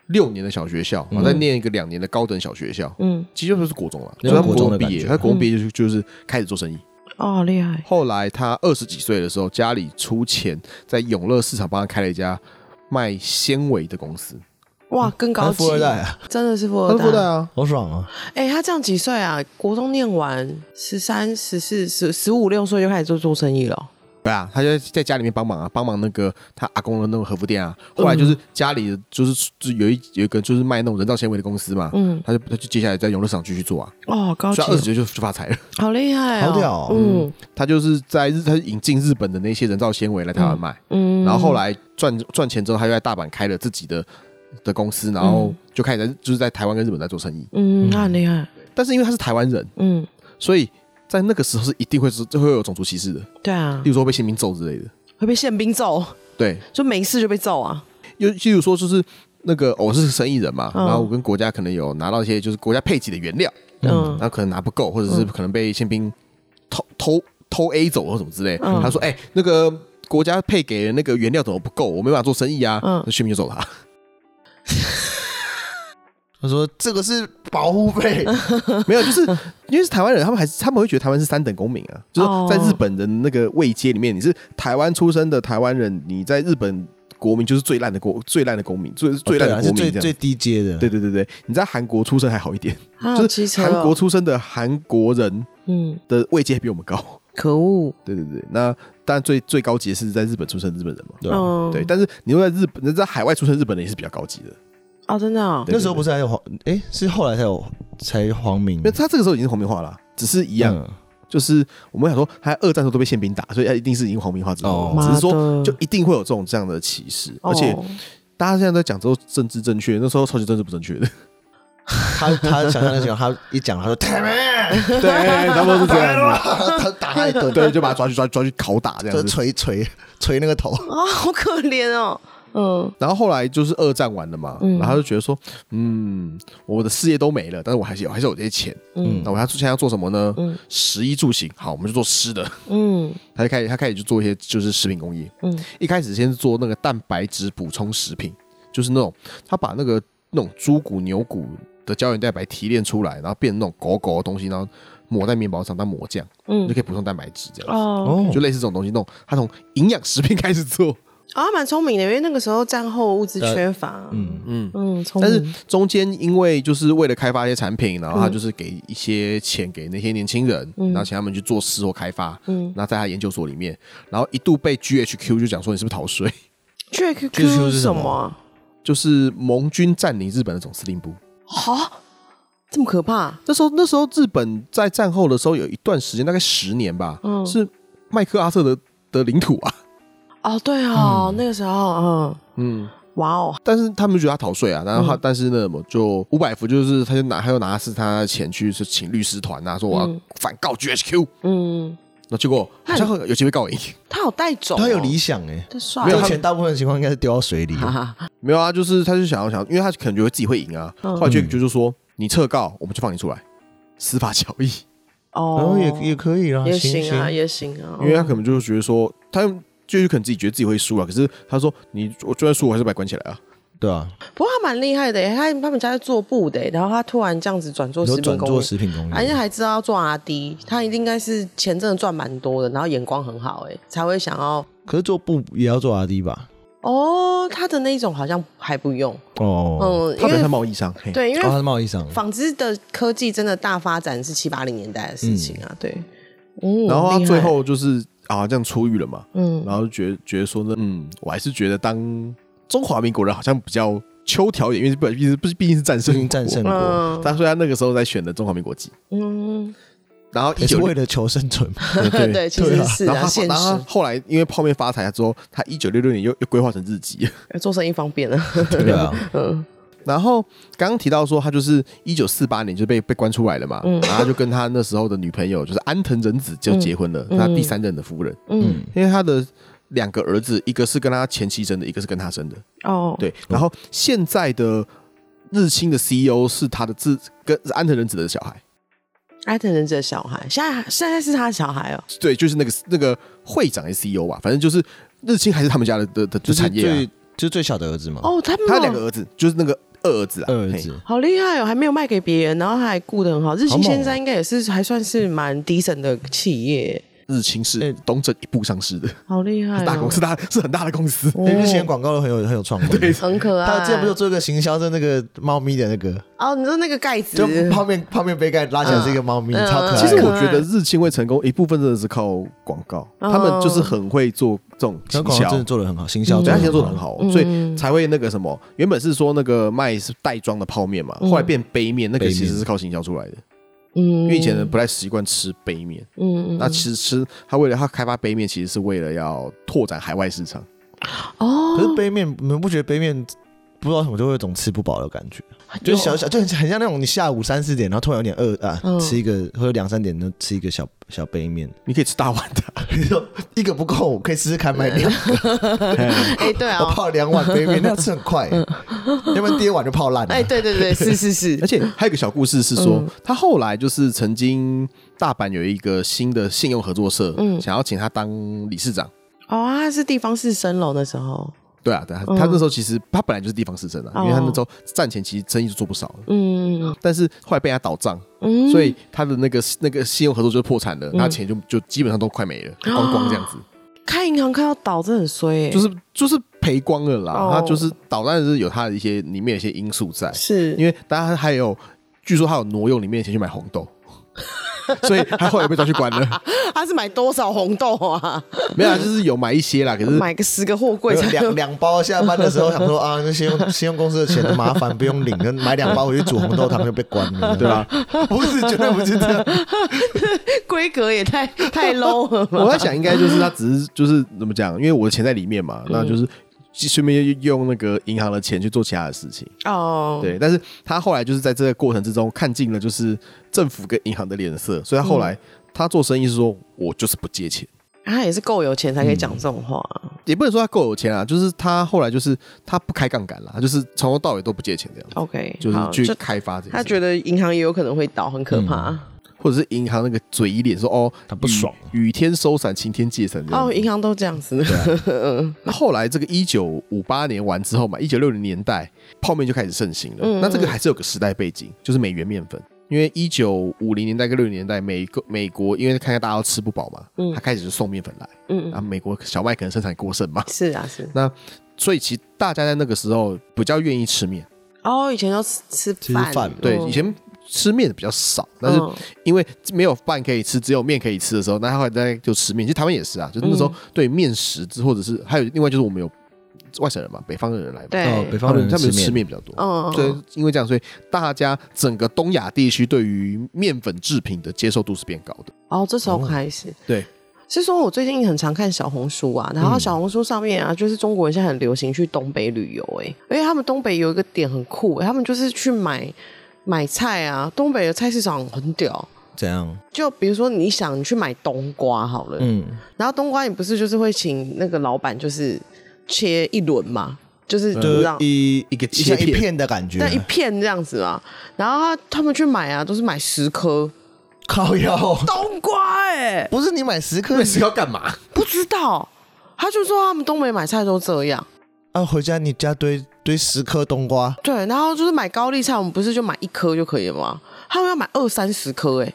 B: 六年的小学校，然后再念一个两年的高等小学校，
C: 嗯
B: 其实就是国中了。
A: 有
B: 所以他们
A: 国
B: 国
A: 中
B: 中
A: 的
B: 毕
A: 感
B: 业，
A: 觉
B: 他国中毕业就就是开始做生意。
C: 哦好厉害，
B: 后来他二十几岁的时候，家嗯里出钱在永乐市场帮他开了一家卖纤维的公司，
C: 哇，更
A: 他
C: 高
A: 是
C: 级，
A: 富二代啊，
C: 真的是富
B: 他是
C: 二代。
B: 富二代啊，
A: 好爽啊！
C: 哎、他这样几岁啊？国中念完，十三、十四、十十五六岁就开始做做生意了哦。
B: 对啊，他就在家里面帮忙啊，帮忙那个他阿公的那个和服店啊。后来就是家里就是就有一有一个就是卖那种人造纤维的公司嘛，
C: 嗯，
B: 他就他就接下来在游乐场继续做啊，
C: 哦，高级
B: 所以二十
C: 哦，
B: 九就就发财了。
C: 好厉害、哦，
A: 好屌哦
C: 嗯
B: 他就是在日，他是引进日本的那些人造纤维来台湾卖，
C: 嗯，
B: 然后后来赚赚钱之后，他又在大阪开了自己的的公司，然后就开始在就是在台湾跟日本在做生意。
C: 嗯，他很厉害，
B: 但是因为他是台湾人，
C: 嗯，
B: 所以在那个时候是一定会是会有种族歧视的，
C: 对啊
B: 例，如说被宪兵揍之类的。
C: 会被宪兵揍，
B: 对，
C: 就没事就被揍啊。
B: 又例如说就是那个哦我、是生意人嘛，
C: 嗯
B: 然后我跟国家可能有拿到一些就是国家配给的原料，
C: 嗯
B: 然后可能拿不够，或者是可能被宪兵偷偷偷 A 走或什么之类。
C: 嗯
B: 他说：“哎、那个国家配给的那个原料怎么不够？我没办法做生意啊。
C: 嗯
B: 那宪兵就揍他。
A: 他说这个是保护费，
B: 没有，就是因为是台湾人，他们还是他们会觉得台湾是三等公民啊，就是
C: 哦
B: 在日本人那个位阶里面，你是台湾出生的台湾人，你在日本国民就是最烂的国最烂的公民，最最
A: 对
B: 烂的
A: 啊，是
B: 哦国
A: 最
B: 民这
A: 最
B: 样。
A: 低阶的。
B: 对对对对，你在韩国出生还好一点，
C: 啊，
B: 就
C: 机
B: 是
C: 车、
B: 韩国，出生的韩国人
C: 嗯，
B: 的位阶比我们高。
C: 可恶，
B: 对对对，那当然最最高级的是在日本出生的日本人嘛。
A: 对啊，
C: 嗯，
B: 对，但是你说在日本，在海外出生日本人也是比较高级的，
C: 哦，真的、哦，
B: 对
A: 那时候不是还有黄，哎，是后来才有才黄明
B: 因为他这个时候已经是皇民化了啊，只是一样，
A: 嗯
B: 就是我们想说，他二战的时候都被宪兵打，所以他一定是已经皇民化之后，
A: 哦
B: 只是说
C: 说
B: 就一定会有这种这样的歧视，而且
C: 哦
B: 大家现在都在讲说政治正确，那时候超级政治不正确的，
A: 他他想象那情况，他一讲，他 说 damn it，
B: 对，差不多是这 样子，
A: 他打他一顿，
B: 对，就把他抓去抓抓去拷打这
A: 就
B: 样子。
A: 捶捶捶那个头。
C: 啊，好可怜哦，嗯，
B: 然后后来就是二战完了嘛，
C: 嗯
B: 然后他就觉得说，嗯，我的事业都没了，但是我还是有还是有这些钱，
C: 嗯
B: 那我要现在要做什么呢
C: 嗯？
B: 食衣住行，好，我们就做吃的。
C: 嗯
B: 他就开始他开始去做一些就是食品工业，
C: 嗯
B: 一开始先是做那个蛋白质补充食品，就是那种他把那个那种猪骨牛骨的胶原蛋白提炼出来，然后变成那种狗狗的东西，然后抹在面包上当抹酱，你就
C: 嗯，
B: 可以补充蛋白质这样。
C: 哦
B: 就类似这种东西，那种他从营养食品开始做，
C: 啊，蛮聪明的，因为那个时候战后物资缺乏，嗯
A: 嗯，
B: 呃嗯，
C: 嗯，聪
B: 但是
C: 明，
B: 中间因为就是为了开发一些产品，然后他就是给一些钱给那些年轻人，然后请他们去做事或开发，
C: 嗯，
B: 然后在他研究所里面，然后一度被 GHQ 就讲说你是不是逃税，
C: Q Q
A: GHQ
C: Q
A: 是
C: 是
A: 什
C: 什
A: 么
C: 么啊？
B: 就是盟军占领日本的总司令部。
C: 哈，这么可怕？
B: 那时候那时候日本在战后的时候有一段时间，大概十年吧，
C: 嗯
B: 是麦克阿瑟的的领土啊，
C: 哦，对哦，那个时候，嗯，
B: 嗯。
C: 哇哦，
B: 但是他们觉得他逃税啊，然后他、
C: 嗯
B: 但是呢，我就五百福就是他就拿他又拿是他的钱去是请律师团啊，说我要
C: 嗯
B: 反告 GHQ，
C: 嗯，
B: 那结果好
C: 他
B: 像有机会告赢，
C: 他有带走哦，
A: 他有理想哎，
C: 这帅，
B: 没有
A: 有
B: 他
A: 钱大部分的情况应该是丢到水里。
C: 哈哈，
B: 没有啊，就是他就想要想，因为他可能觉得自己会赢啊，
C: 嗯
B: 后来 GHQ 就说你撤告，我们就放你出来，司法交易，
A: 然后
C: 哦，
A: 也也可以啊，
C: 也
A: 行
C: 行啊，也行啊，
B: 因为他可能就是觉得说他就是可能自己觉得自己会输啊，可是他说你我就算输我还是把你关起来啊，
A: 对啊，
C: 不过他蛮厉害的耶，他他们家是做布的耶，然后他突然这样子转做
A: 你
C: 食
A: 说
C: 品
A: 转
C: 工
A: 做
C: 业，
A: 食品工
C: 而且
A: 业，
C: 还知道要做阿 D，他一定应该是钱真的赚蛮多的，然后眼光很好，哎，才会想要
A: 可是做布也要做 R D 吧？
C: 哦，他的那一种好像还不用，
A: 哦，
C: 嗯，
B: 他
C: 因
B: 本身
C: 为
B: 贸易商，嘿
C: 对，因
A: 哦，他
C: 为
A: 是贸易商，
C: 纺织的科技真的大发展是七八零年代的事情啊，对，嗯，
B: 然后
C: 厉
B: 他最，
C: 害
B: 后就是啊这样出狱了嘛，
C: 嗯
B: 然后就觉得觉得说呢，嗯，我还是觉得当中华民国人好像比较秋条一点，因为不毕竟不是毕竟是战
A: 最
B: 胜
A: 近战胜，国，
C: 嗯
B: 他所以他那个时候在选的中华民国籍，
C: 嗯，
B: 然后一
A: 也是
B: 九
A: 为了求生存嘛。
B: 对
C: 对，其
A: 对
C: 实
A: 啊
C: 是
B: 然后
C: 啊，
B: 他
C: 现
B: 然后
C: 实
B: 他后来因为泡面发财之后，他一九六六年又又规划成日籍。
C: 做生意方便啊，
A: 对啊，
C: 嗯
B: 然后刚刚提到说他就是一九四八年就被被关出来了嘛，然后他就跟他那时候的女朋友就是安藤仁子就结婚了，是他第三任的夫人，
C: 嗯，
B: 因为他的两个儿子，一个是跟他前妻生的，一个是跟他生的。
C: 哦，
B: 对，然后现在的日清的 CEO 是他的自跟是安藤仁子的小孩，
C: 艾特忍者小孩，现在现在是他的小孩哦，
B: 对，就是那个那个会长的 CEO 吧，反正就是日清还是他们家的的的
A: 就是
B: 的产业、
A: 最
B: 啊。
A: 就是最小的儿子嘛，
C: 哦，他们
B: 他
C: 有
B: 两个儿子就是那个二儿子啊，
A: 嗯二儿
B: 嘿
A: 子。
C: 好厉害哦，还没有卖给别人，然后还顾得很好。日
A: 好
C: 清
A: 猛哦
C: 现在应该也是还算是蛮 decent 的企业，
B: 日清是
A: 哎
B: 东正一步上市的，
C: 好厉害、哦，
B: 大公司大是很大的公司。
A: 哎因
C: 哦
A: 为之前广告都很有很有创意。
C: 很可爱。
A: 他之前不是有做一个行销的那个猫咪的那个，
C: 哦，你说那个盖子，
A: 就泡面泡面杯盖拉起来是一个猫咪，
C: 嗯
A: 超可爱的。
B: 其实
C: 很
B: 我
C: 可爱
B: 觉得日清会成功，一部分真的是靠广告，他们就是很会做这种
A: 那
B: 行
A: 哦广告
B: 销
A: 真，的做的很嗯好，行销
B: 对，他现在做
A: 得
B: 的很，好，所
C: 嗯
B: 以才会那个什么，原本是说那个卖是袋装的泡面嘛，后来变杯面，那个
A: 嗯杯面
B: 其实是靠行销出来的，
C: 嗯，
B: 因
C: 因
B: 为以前人不太习惯吃杯面，
C: 嗯嗯
B: 那其实吃他为了他开发杯面，其实是为了要拓展海外市场，
C: 哦，
A: 可是杯面，你们不觉得杯面不知道为什么就会有一种吃不饱的感觉？就
C: 有
A: 是小小就很很像那种你下午三四点，然后突然有点饿啊
C: 嗯，
A: 吃一个或者两三点就吃一个小小杯面，
B: 你可以吃大碗的，
A: 就 一个不够，我可以试试看卖两个，
C: 哎、对啊
A: 我，泡两碗杯面，那要吃很快，欸要不然第一碗就泡烂了
C: 哎、。对对对，是是是
B: 而，且还有一个小故事是
C: 嗯
B: 说，他后来就是曾经大阪有一个新的信用合作社，
C: 嗯
B: 想要请他当理事长。
C: 哦，他是地方士绅楼那时候，
B: 对啊，对啊，他那时候其实他本来就是地方市政啊，因为他
C: 嗯哦
B: 那时候战前其实生意就做不少了，
C: 嗯
B: 但是后来被他倒账，
C: 嗯，
B: 所以他的那个那个信用合作就破产了，那钱就就基本上都快没了，光光这样子，
C: 哦开银行开到倒，这很衰、哎，
B: 就是就是赔光了啦
C: 哦。
B: 他就是倒，但是有他的一些里面有一些因素在，
C: 是
B: 因为当然还有，据说他有挪用里面的钱去买红豆。 所以他后来被抓去关了，
C: 他是买多少红豆啊？
B: 没有、啊，就是有买一些 啦，可是
C: 买个十个货柜
A: 有
C: 才
A: 两两包，下班的时候想说 啊，那信用信用公司的钱很麻烦，不用领，跟买两包回去煮红豆汤就被关了，
B: 对 吧？
A: 不是，绝对不是这样。
C: 规格也太太 low 了吧？
B: 我在想，应该就是他只是就是怎么讲，因为我的钱在里面 嘛，那就是顺便用那个银行的钱去做其他的事情。
C: 哦，
B: 对，但是他后来就是在这个过程之中看尽了就是政府跟银行的脸色，所以他后
C: 嗯
B: 来他做生意是说我就是不借钱，
C: 啊他也是够有钱才可以讲这种话、
B: 也不能说他够有钱啊，就是他后来就是他不开杠杆啦，就是从头到尾都不借钱这样子。
C: OK，好
B: 就是去
C: 就
B: 开发这个
C: 他
B: 事情，
C: 觉得银行也有可能会倒，很可怕。
B: 或者是银行那个嘴一脸说哦，
A: 他不爽
B: 雨，雨天收伞，晴天借伞这样
C: 哦，
B: 子。
C: 银行都这样子，
B: 那后来这个一九五八年完之后嘛，一九六零年代泡面就开始盛行了。
C: 嗯
B: 那这个还是有个时代背景，就是美元面粉。因为一九五零年代跟六零年代，美国美国因为看看大家都吃不饱嘛，他开始就送面粉来。
C: 嗯
B: 然后美国小麦可能生产过剩嘛，
C: 是啊是。
B: 那所以其实大家在那个时候比较愿意吃面。
C: 哦，以前都吃吃
A: 吃
C: 饭，
A: 饭
B: 对，
C: 嗯
B: 以前吃面的比较少，但是
C: 嗯
B: 因为没有饭可以吃，只有面可以吃的时候，那后来大家就吃面。其实台湾也是啊，就是那时候
C: 嗯
B: 对面食之，或者是还有另外就是我们有外省人嘛，北方人来嘛，
C: 对
A: 哦，北
B: 他
A: 方
B: 们
A: 人
B: 他们吃
A: 面，
B: 面比较多。
C: 嗯，
B: 所
C: 对
B: 以，因为这样，所以大家整个东亚地区对于面粉制品的接受度是变高的。
C: 哦，这时候开始。
B: 对，
C: 是说，我最近很常看小红书啊，
A: 嗯
C: 然后小红书上面啊，就是中国人现在很流行去东北旅游、欸，哎，而且他们东北有一个点很酷、欸，他们就是去买买菜啊，东北的菜市场很屌。
A: 怎样？
C: 就比如说，你想你去买冬瓜好了，
A: 嗯，
C: 然后冬瓜你不是就是会请那个老板就是切一轮嘛，就是
A: 就是
C: 让
A: 一一个
B: 切片
A: 一片的感觉，
C: 那一片这样子嘛。然后他他们去买啊，都是买十颗
A: 靠腰。
C: 冬瓜、哎，
A: 不是你买十颗
B: 那是要干嘛？
C: 不知道。他就说他们东北买菜都这样，
A: 啊，回家你家堆堆十颗冬瓜，
C: 对。然后就是买高丽菜，我们不是就买一颗就可以了吗？他们要买二三十颗、哎。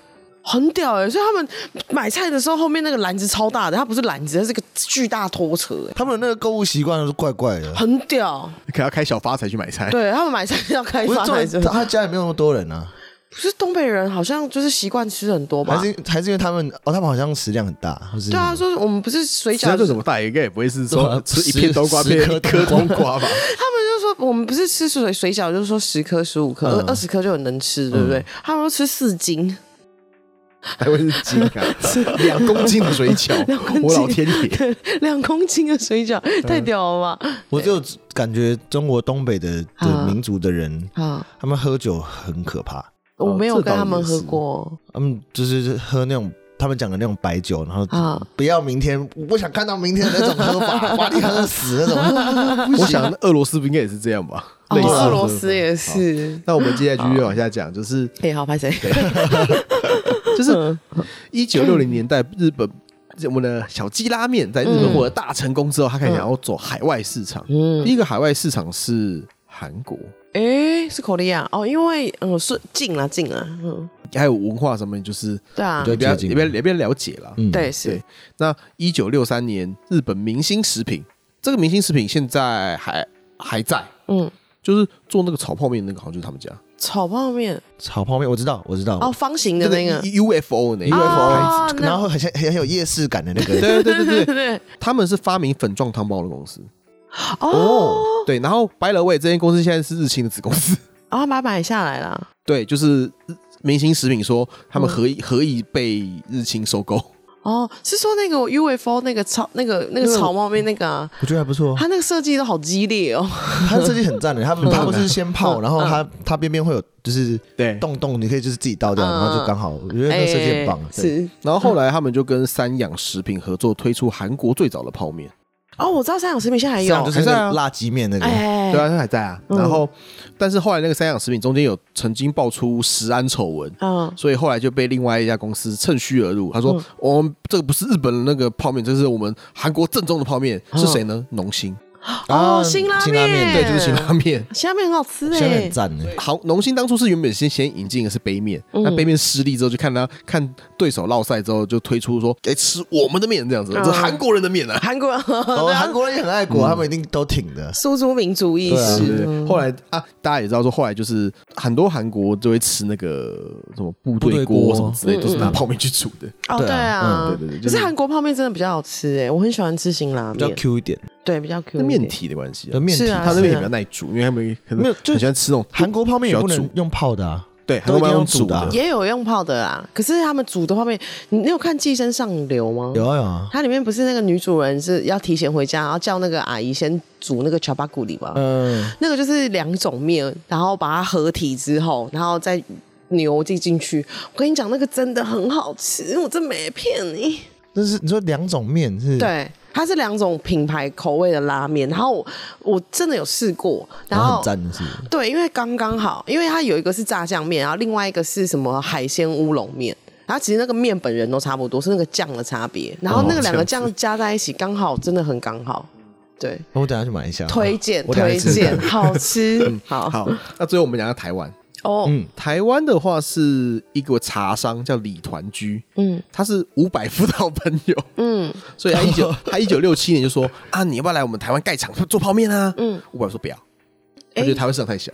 C: 很屌哎、所以他们买菜的时候，后面那个篮子超大的，它不是篮子，它是个巨大拖车哎、
A: 他们有那个购物习惯都是怪怪的。
C: 很屌。
B: 可能要开小发财去买菜。
C: 对他们买菜要开
A: 不是
C: 发
A: 重
C: 财
A: 点
C: 是不是
A: 他家里没有那么多人啊，
C: 不是东北人，好像就是习惯吃很多吧？
A: 还是还是因为他们哦，他们好像食量很大，或是
C: 对啊，说我们不是水
B: 其他
C: 饺
B: 这种大应该也不会
A: 对
B: 是说
A: 啊
B: 吃一
A: 十
B: 片冬瓜
A: 十
B: 片
A: 颗
B: 一颗冬瓜吧？
C: 他们就说我们不是吃水水饺，就是说十颗、十五颗、
B: 嗯
C: 二十颗就很能吃，对不对？他们都吃四斤，
B: 还会是鸡啊？ 两公斤的水饺
C: 两公斤，
B: 我老天爷！
C: 两公斤的水饺，
B: 嗯
C: 太屌了吧！
A: 我就感觉中国东北的
C: 啊
A: 的民族的人，
C: 啊，
A: 他们喝酒很可怕，
C: 我没有
B: 哦这倒
C: 跟他们
B: 也
C: 喝
B: 是
C: 过
A: 他们就是喝那种他们讲的那种白酒，然后
C: 啊，
A: 不要明天，我不想看到明天的那种喝 法，把你喝死那种。
B: 我想俄罗斯不应该也是这样吧？
C: 哦
B: 类似的
C: 俄罗斯也是。
B: 那我们接下来继续往下讲，就是
C: 哎，好，拍谁？嗯
B: 就是一九六零年代日本。我们的小鸡拉嗯面在日本获得大成功之后，他开始想要走海外市场。第一个海外市场是韩国，
C: 诶，是口利亚哦，因为嗯是近了近了，嗯，
B: 还有文化上面就是
C: 对啊
A: 比，较
B: 也比较
A: 接近
B: 也比较也比较了解啦。
A: 嗯，
C: 对是
B: 对，那一九六三年，日本明星食品，这个明星食品现在还还在，
C: 嗯，
B: 就是做那个炒泡面的那个，好像就是他们家
C: 炒泡面
A: 炒泡面我知道，我知道。
C: 哦，方形的那个
B: UFO 那
A: UFO
B: 牌
C: 哦
A: 牌子，
C: 那
A: 然后很像很有夜市感的那
B: 子，
A: 个，
B: 对对对对
C: 对
B: 对，
C: 对对，
B: 他们是发明粉状汤包的公司
C: 哦，
B: 对，然后 By the way，这间公司现在是日清的子公司，
C: 然后哦把它买下来了，
B: 对，就是明星食品说他们
C: 嗯
B: 何以何以被日清收购，
C: 哦，是说那个 UFO 那个炒那个那个炒泡面那个啊，
A: 我觉得还不错。
C: 它那个设计都好激烈哦，
A: 它设计很赞的， 它它不是先
C: 嗯
A: 泡，然后它它边边会有就是
B: 对
A: 洞洞，你可以就是自己倒掉，
C: 嗯
A: 然后就刚好，我觉得那个设计很棒
C: 哎。
A: 对
C: 是
B: 然后后来他们就跟三养食品合作推出韩国最早的泡面，
C: 哦，我知道三养食品现在还
A: 这
C: 有
A: 样，就是
B: 还在
A: 那
B: 啊
A: 个辣鸡面那个，
C: 哎，
B: 对啊，他还在啊。
C: 嗯
B: 然后，但是后来那个三养食品中间有曾经爆出食安丑闻，
C: 嗯，
B: 所以后来就被另外一家公司趁虚而入。他说
C: 嗯：“
B: 我们这个不是日本的那个泡面，这是我们韩国正宗的泡面，是谁呢？农心，
A: 啊
C: 哦，辛拉
A: 辛拉面
B: 对，就是辛拉面。
C: 辛拉面很好吃
A: 现在很
C: 哎，
A: 赞的。
B: 好，农心当初是原本先先引进的是杯面，
C: 嗯
B: 那杯面失利之后，就看他看对手落赛之后，就推出说：哎，吃我们的面这样子，
C: 嗯
B: 这韩国人的面啊。”
C: 韩国人，
A: 哦，
C: 对啊
A: 韩国人也很爱国，他们一定都挺的。
C: 苏族民族意
A: 对啊
C: 识
B: 对，对后来啊，大家也知道说，后来就是很多韩国都会吃那个什么部
A: 部
B: 队
A: 队
B: 锅
A: 锅
B: 什么之类，
C: 嗯
B: 都是拿泡面去煮的。
C: 哦，
A: 对啊
C: 对啊，
B: 嗯对对对就
C: 可
B: 是
C: 是韩国泡面真的比较好吃哎，我很喜欢吃辛拉
A: 比较
C: 面，
A: Q 一点
C: 对，比较 Q
B: 那
C: 一点
B: 面体的关系啊
A: 的，面体
C: 是，啊
B: 它那边也比较耐煮，因为他们可能
A: 没有就
B: 很喜欢吃那种
A: 韩国泡面也不
B: 需要
A: 能
B: 煮
A: 用泡的啊，
B: 对
A: 都一
B: 韩
A: 定
B: 国
A: 要
B: 用
A: 煮的啊
B: 的。
C: 也有用泡的啦，可是他们煮的泡面，你你有看《寄生上流》吗？
A: 有啊有啊，
C: 它里面不是那个女主人是要提前回家，然后叫那个阿姨先煮那个乔巴古里吗？
A: 嗯，
C: 那个就是两种面，然后把它合体之后，然后再牛进进去。我跟你讲，那个真的很好吃，我真没骗你。
A: 但是你说两种面是，
C: 对，它是两种品牌口味的拉面，然后我我真的有试过，
A: 然
C: 然
A: 后
C: 后
A: 很赞的是，
C: 对，因为刚刚好，因为它有一个是炸酱面，然后另外一个是什么海鲜乌龙面。然后其实那个面本人都差不多，是那个酱的差别。然后那个两
A: 哦
C: 个酱加在一起，刚好真的很刚好。对，
A: 我等下去买一下，
C: 推荐
A: 我等下去
C: 推
A: 吃吃嗯
C: 荐，
A: 看
C: 好吃，好
B: 好，那最后我们讲到台湾，
C: 哦，
A: 嗯
B: 台湾的话是一个茶商叫李团居，
C: 嗯
B: 他是伍佰夫的好朋 友，
C: 嗯
B: 所以他一九他一九六七年就说啊，你要不要来我们台湾盖厂做泡面啊？
C: 嗯，
B: 伍佰说不要，他
C: 哎嗯
B: 觉得台湾市场太小。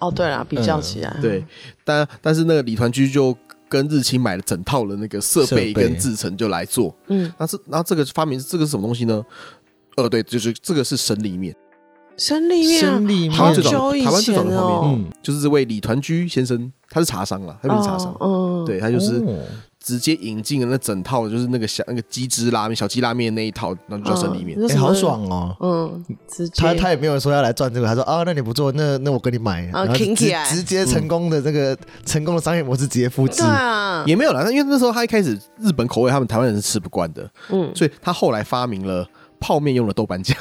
C: 哦，对了，比较起来，
B: 对，但但是那个李团居就跟日清买了整套的那个设备
A: 设备
B: 跟制成就来做。
C: 嗯，
B: 那是然后这个发明这个是什么东西呢？呃，对，就是这个是生力面，
C: 生力面啊
A: 生力
B: 台湾
C: 好
A: 面
B: 最早的
C: 久以
B: 台湾最早
C: 前
B: 的泡面
C: 哦，
A: 嗯，
B: 就是这位李团居先生，他是茶商啦，他不是茶商，
C: 嗯，
B: 对他就是
A: 哦
B: 直接引进了那整套，就是那个小那个鸡汁拉面、小鸡拉面那一套，那就叫生力面。
C: 嗯
A: 哎，好，爽哦。
C: 嗯，直接
A: 他他也没有说要来赚这个，他说啊，那你不做，那那我跟你买，
C: 啊
A: 然后
C: 挺
A: 直
C: 起来
A: 直接成功的这个成功的商业模式直接复制
C: 对，啊，
B: 也没有啦，因为那时候他一开始日本口味，他们台湾人是吃不惯的，
C: 嗯
B: 所以他后来发明了泡面用的豆瓣酱。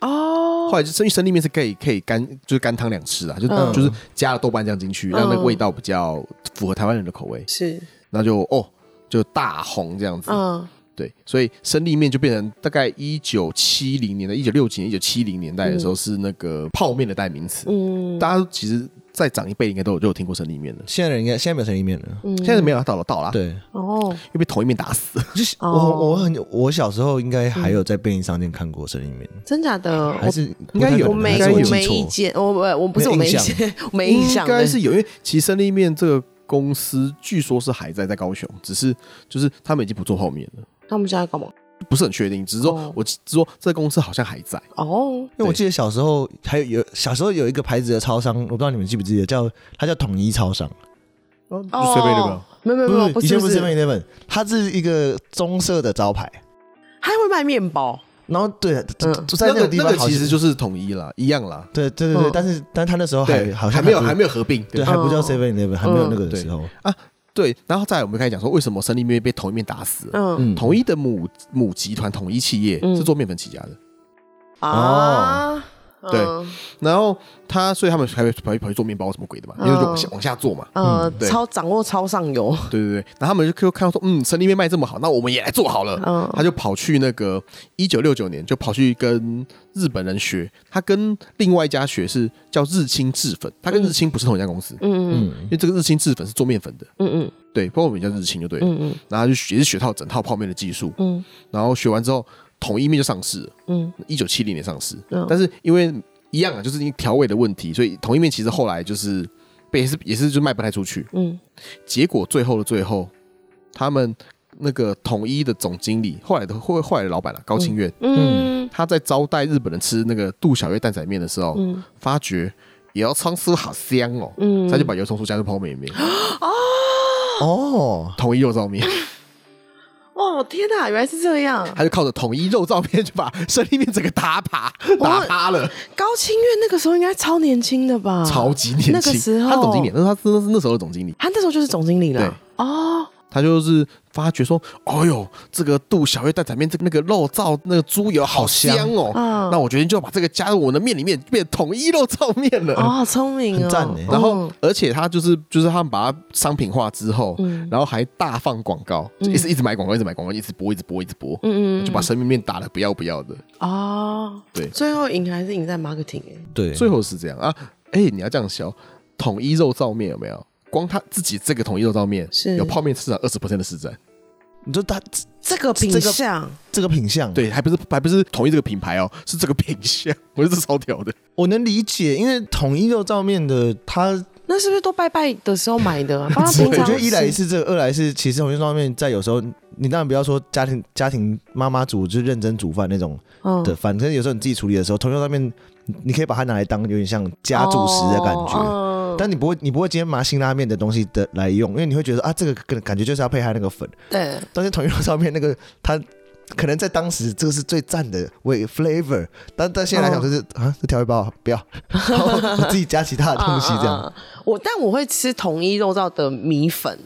C: 哦，
B: 后来就生意生力面是可以可以干就是干汤两吃啊，就、
C: 嗯
B: 就是加了豆瓣酱进去，让那个
C: 嗯
B: 味道比较符合台湾人的口味，
C: 是，
B: 那就哦就大红这样子。
C: 嗯
B: 对，所以生力面就变成大概一九七零年代、一九六几年、一九七零年代的时候是那个泡面的代名词。
C: 嗯，
B: 大家其实再长一辈应该都有都有听过生力面的，
A: 现在人应该现在没有生意面了，
C: 嗯
B: 现在没有，他倒了倒了，，啊
A: 对，
C: 哦，
B: 又被同一面打死。
A: 就是
C: 哦
A: 我我很我小时候应该还有在便利商店看过生意面，
C: 真假的？
A: 还是
B: 应该有
C: 嗯我我
A: 不太
C: 没
A: 可能
B: 应该
C: 我
B: 有
C: 没
B: 记错
C: 意见，我不我不是我
A: 没
C: 没
A: 有印
C: 意
A: 象
C: 见，我 没印象
B: 应
C: 的，
B: 该是有，因为其实生力面这个公司据说是还在在高雄，只是就是他们已经不做泡面了。
C: 他们家在干嘛？
B: 不是很确定，只是说、
C: 哦
B: 我只是说这公司好像还在，
C: 哦，
A: 因为我
B: 对
A: 记得小时候还有有小时候有一个牌子的超商，我不知道你们记不记得，叫它叫统一超商，
B: 就随
C: 哦，
B: 便那个。
C: 没有没有没有，
A: 嗯
C: 不
A: 以
C: 是
A: 前不
C: 不
A: 是
C: 是，
A: Seven Eleven，它是一个棕色的招牌，
C: 还会卖面包，
A: 然后对，就
C: 嗯
A: 就在那个地
B: 那
A: 方
B: 个
A: 好像
B: 其实就是统一啦，一样啦，
A: 对对对对，
C: 嗯
A: 但是但他那时候还
B: 对，
A: 好
B: 还
A: 像
B: 没有还
A: 不
B: 没有合并，
A: 对
B: 对
A: 还不叫
C: 嗯
A: Seven Eleven，还没有那个
B: 对
A: 的时候，
B: 对。然后再来我们开始讲说为什么生力面被同一面打死，
C: 嗯
A: 嗯，
B: 统一的母母集团统一企业
C: 嗯
B: 是做面粉起家的，
C: 啊，
B: 对
C: 嗯
B: 然后他，所以他们才会跑去跑去做面包什么鬼的嘛，
C: 哦
B: 因为就往下往下做嘛。
C: 呃，
B: 对
C: 超掌握超上游，
B: 对对对，然后他们就就看到说，嗯，神力面卖这么好，那我们也来做好了。
C: 嗯
B: 他就跑去那个一九六九年，就跑去跟日本人学，他跟另外一家学是叫日清制粉，他跟日清不是同一家公司，
C: 嗯嗯
B: 因为这个日清制粉是做面粉的，
C: 嗯嗯
B: 对，不过我们叫日清就对了。
C: 嗯嗯
B: 然后他就学也是学套整套泡面的技术，
C: 嗯
B: 然后学完之后，统一面就上市了，
C: 嗯
B: 一九七零年上市，
C: 嗯
B: 但是因为一样啊，就是因为调味的问题，所以统一面其实后来就是被也是也是就卖不太出去，
C: 嗯
B: 结果最后的最后，他们那个统一的总经理，后来的后后来的老板啊，高清院，
C: 嗯
B: 他在招待日本人吃那个杜小月蛋仔面的时候，
C: 嗯
B: 发觉瑶葱酥好香哦，
C: 嗯，
B: 他就把油葱酥加入泡面里面，
A: 哦，
B: 统一肉燥面，
C: 哇，天哪，原来是这样！
B: 他就靠着统一肉燥面就把生力面整个打趴
C: 哦
B: 打趴了，
C: 高清月那个时候应该超年轻的吧？
B: 超级年轻，
C: 啊那个时候
B: 他总经理，那是他那是那时候的总经理。
C: 他那时候就是总经理了。哦，
B: 他就是发觉说，哦呦，这个杜小月蛋仔面这个那个肉燥那个猪油好香哦，
C: 嗯
B: 那我决定就把这个加入我的面里面，变统一肉燥面了。
C: 哦，好聪明哦，
A: 很赞欸
B: 然后
C: 嗯，
B: 而且他就是就是他们把它商品化之后，
C: 嗯
B: 然后还大放广告，就一直一直买广告，一直买广告，一直播，一直播，一直播，
C: 嗯嗯
B: 就把生命面打的不要不要的。
C: 哦，
B: 对
C: 最后赢还是赢在 marketing 哎，
A: 对，
B: 最后是这样啊，哎、你要这样想，统一肉燥面有没有？光他自己这个统一肉燥面
C: 是
B: 有泡面市场二十的市占，
A: 你说他这
C: 这个品
A: 这个
C: 相
A: 这个品相，
B: 对，还不是还不是统一这个品牌哦，是这个品相，我觉得这超屌的。
A: 我能理解，因为统一肉燥面的它，
C: 那是不是都拜拜的时候买的啊？帮他
A: 我
C: 平常
A: 觉得一来
C: 吃
A: 是这个，二来是其实统一肉燥面在有时候，你当然不要说家庭家庭妈妈煮就是认真煮饭那种
C: 嗯
A: 的，反正有时候你自己处理的时候，统一肉燥面你可以把它拿来当有点像家主食的感觉。
C: 哦嗯
A: 但你不会，你不会今天拿辛拉面的东西的来用，因为你会觉得啊，这个感感觉就是要配它那个粉。
C: 对，
A: 但是统一肉燥面那个它可能在当时这个是最赞的味 flavor，但但现在来讲就是、啊，这调味包不要，然后我自己加其他的东西这 样。
C: 嗯。嗯嗯我但我会吃统一肉燥的米粉，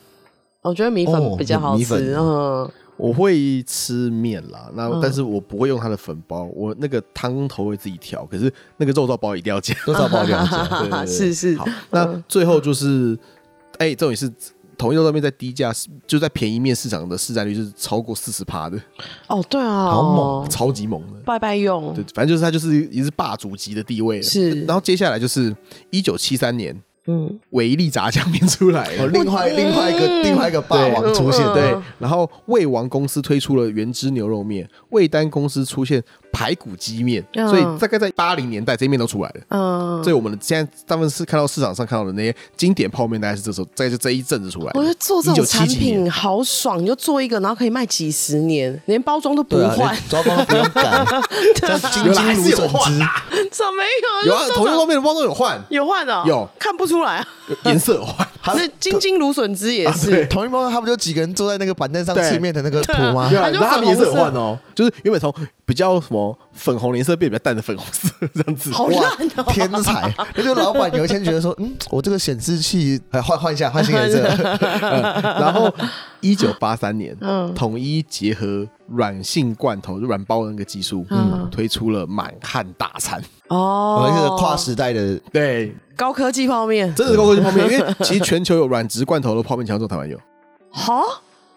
C: 我觉得米
A: 哦
C: 粉比较好
A: 米
C: 吃。
A: 粉
C: 嗯，
B: 我会吃面啦，那、但是我不会用它的粉包，我那个汤头会自己调，可是那个肉燥包一定要加，
A: 多少包两家，
B: 对对对
C: 是是
B: 好，那最后就是，哎、这种也是同一肉燥面在低价，就在便宜面市场的市占率是超过四十趴的，
C: 哦，对啊，
A: 好猛
B: 超级猛的。
C: 拜拜用
B: 对，，反正就是它就是也是霸主级的地位了。
C: 是
B: 然后接下来就是一九七三年
C: 嗯，
B: 维力炸酱面出来了
A: 哦，。另外另外一个另外一个霸王出现，
B: 对，
C: 嗯
B: 然后味王公司推出了原汁牛肉面，味丹公司出现排骨鸡面，
C: 嗯
B: 所以大概在八零年代这些面都出来了。
C: 嗯，
B: 所以我们现在大部分是看到市场上看到的那些经典泡面，大概是这时候，大概就这一阵子出来
C: 我觉
B: 的。
C: 得做这种产
B: 1977年
C: 品啊好爽，你就做一个，然后可以卖几十年，连包装都不
A: 对啊，
C: 换，
A: 抓包不用改，这样金
B: 原 来还
A: 金
B: 是
A: 如
B: 有
A: 整
B: 换
A: 之。
C: 怎么没有？
B: 有啊，
C: 就
B: 同一泡面的包装有 换，
C: 有换的哦，
B: 有
C: 看不出来啊，
B: 有颜色有换。
A: 他
C: 那金金芦笋汁也
B: 啊
C: 是，
A: 同一包，他不就几个人坐在那个板凳上
B: 对
A: 吃面的那个图吗？
B: 对啊，
C: 它就
B: 然后它
C: 粉
B: 们颜色有
C: 红色
B: 换哦，就是原本从比较什么粉红颜色变比较淡的粉红色这样子。
C: 好
A: 哇
C: 烂 哦，
A: 天才！那就老板有一天觉得说，嗯，我这个显示器，哎，换换一下，换新 颜 色。
B: 嗯然后，一九八三年，
C: 嗯
B: 统一结合软性罐头、就软包的那个技术，
C: 嗯
B: 推出了满汉大餐。
A: 我
C: 哦，
A: 们这个跨时代的
B: 对，
C: 高科技泡面，
B: 真的是高科技泡面，因为其实全球有软质罐头的泡面，强做台湾有。
C: 好，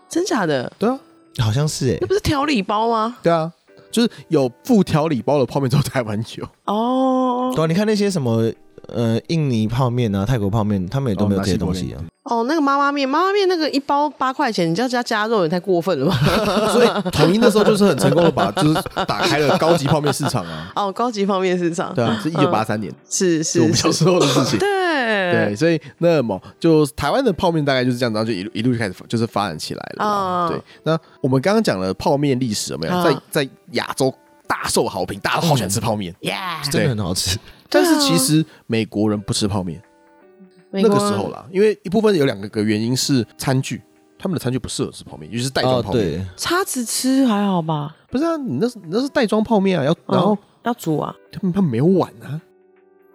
C: 真假的？
B: 对啊，
A: 好像是哎、
C: 那不是调理包吗？
B: 对啊，就是有附调理包的泡面，只有台湾 有。
C: 哦
A: 对啊，你看那些什么呃印尼泡面啊、泰国泡面，他们也都没有这些东西啊。
C: 哦，那个妈妈面，妈妈面那个一包八块钱，你叫加加肉也太过分了 吧？
B: 所以统一那时候就是很成功的把，就是打开了高级泡面市场啊。
C: 哦，高级泡面市场，
B: 对啊，是一九八三
C: 嗯
B: 年，
C: 是
B: 是我
C: 是
B: 们小
C: 是，
B: 时候的事情。对，
C: 对
B: 所以那么就台湾的泡面大概就是这样，然后就一路一路就开始就是发展起来了嘛。
C: 啊
B: 对，那我们刚刚讲了泡面历史有没有？
C: 啊
B: 在在亚洲大受好评，大家都好喜欢吃泡面。
C: ，Yeah，
A: 真的很好吃，
B: 但是其实美国人不吃泡面，那个时候啦，因为一部分有两个原因是餐具，他们的餐具不适合吃泡面，尤其是袋装
A: 哦，
B: 泡面。
A: 对，
C: 叉子吃还好吧？
B: 不是啊，你那是你那是袋装泡面啊，要然后
C: 嗯要煮啊？
B: 他们他们没有碗啊，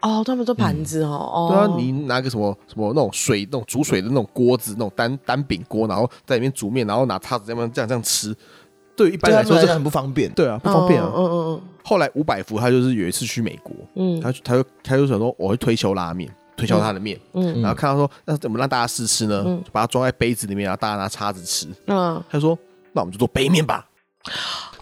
C: 哦，他们都盘子哦，哦，
B: 对啊，你拿个什么什么那种水那种煮水的那种锅子，那种单单饼锅，然后在里面煮面，然后拿叉子这样这样这样吃，对于一般
A: 对啊他
B: 人来
A: 们
B: 说
A: 来
B: 这
A: 讲很不方便。
B: 对啊，不方便啊。
C: 嗯嗯
B: 后来伍百福他就是有一次去美国，
C: 嗯
B: 他他就他就想说哦我会推销拉面，推销他的面，
C: 嗯
B: 然后看到说那怎么让大家试吃呢？就把它装在杯子里面，然后大家拿叉子吃。
C: 嗯啊，
B: 他说那我们就做杯面吧。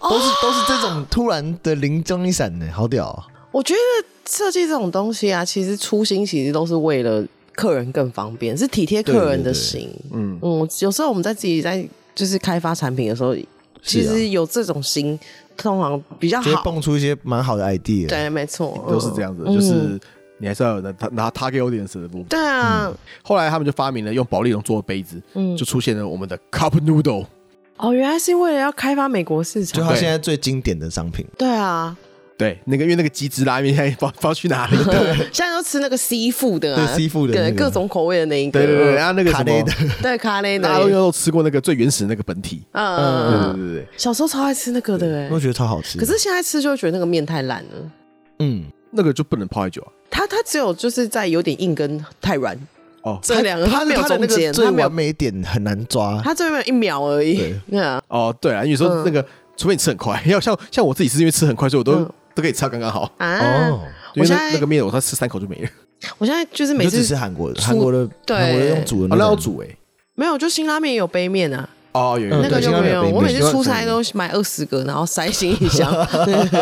A: 都
C: 哦
A: 是都是这种突然的灵光一闪呢，好屌、啊！
C: 我觉得设计这种东西啊，其实初心其实都是为了客人更方便，是体贴客人的心。
B: 嗯
C: 嗯，有时候我们在自己在就是开发产品的时
B: 啊
C: 候，其实有这种心，通常比较
A: 啊就会
C: 好。
A: 蹦出一些蛮好的 idea。
C: 对，没错，
B: 都是这样子，
C: 嗯
B: 就是你还是要有那他拿 target audience 的部分。
C: 对啊，
B: 后来他们就发明了用保丽龙做的杯子，嗯
C: 嗯
B: 就出现了我们的 cup noodle。
C: 哦，原来是为了要开发美国市
A: 就
C: 场。
A: 他现在最经典的商品，
C: 对啊，
B: 对，那个因为那个鸡汁拉面现在不知道不知道去哪里了。
C: 现在都吃那个西富的、啊，
A: 对西富的那
C: 对
A: 个
C: 各种口味的那一个，啊
B: 对对对，然后那个什
A: 卡内
B: 么
A: 的，
C: 对咖喱的
B: 大家都应该都吃过那个最原始的那个本体。
C: 嗯
B: 对
C: 嗯
B: 对
C: 嗯，
B: 对对，
C: 小时候超爱吃那个的哎、
A: 我觉得超好吃。
C: 可是现在吃就会觉得那个面太烂了，
A: 嗯，
B: 那个就不能泡太久啊。
C: 它它只有就是在有点硬跟太软
B: 哦
C: 这两个，
A: 他
C: 没有
A: 他的
C: 中
A: 那
C: 间，
A: 个
C: 它
A: 最
C: 没有
A: 完，美点很难抓，
C: 它最后面有一秒而已
A: 对，
C: 对 啊，
B: 哦，对啊，因为说那个，除非你吃很快，要像像我自己是因为吃很快，所以我都
C: 嗯
B: 都可以吃到刚刚好。
C: 啊
A: 哦
B: 因
C: 我
B: 为
C: 现
B: 那
C: 在
B: 那个面我才吃三口就没了。
C: 我现在就是
A: 你
C: 每
A: 就只吃
C: 次
A: 韩国的，
C: 出
A: 韩国的，
C: 对
A: 韩国的用煮的
B: 哦，那
A: 种
B: 要煮哎。
C: 没有，就辛拉面也有杯面啊，
B: 哦，有
A: 嗯
B: 有有
C: 那个
A: 对
C: 就
A: 辛拉
C: 没
A: 面有
C: 有，
A: 杯面
C: 我每次
B: 辛拉面
C: 出差都买二十个，然后塞行李 箱，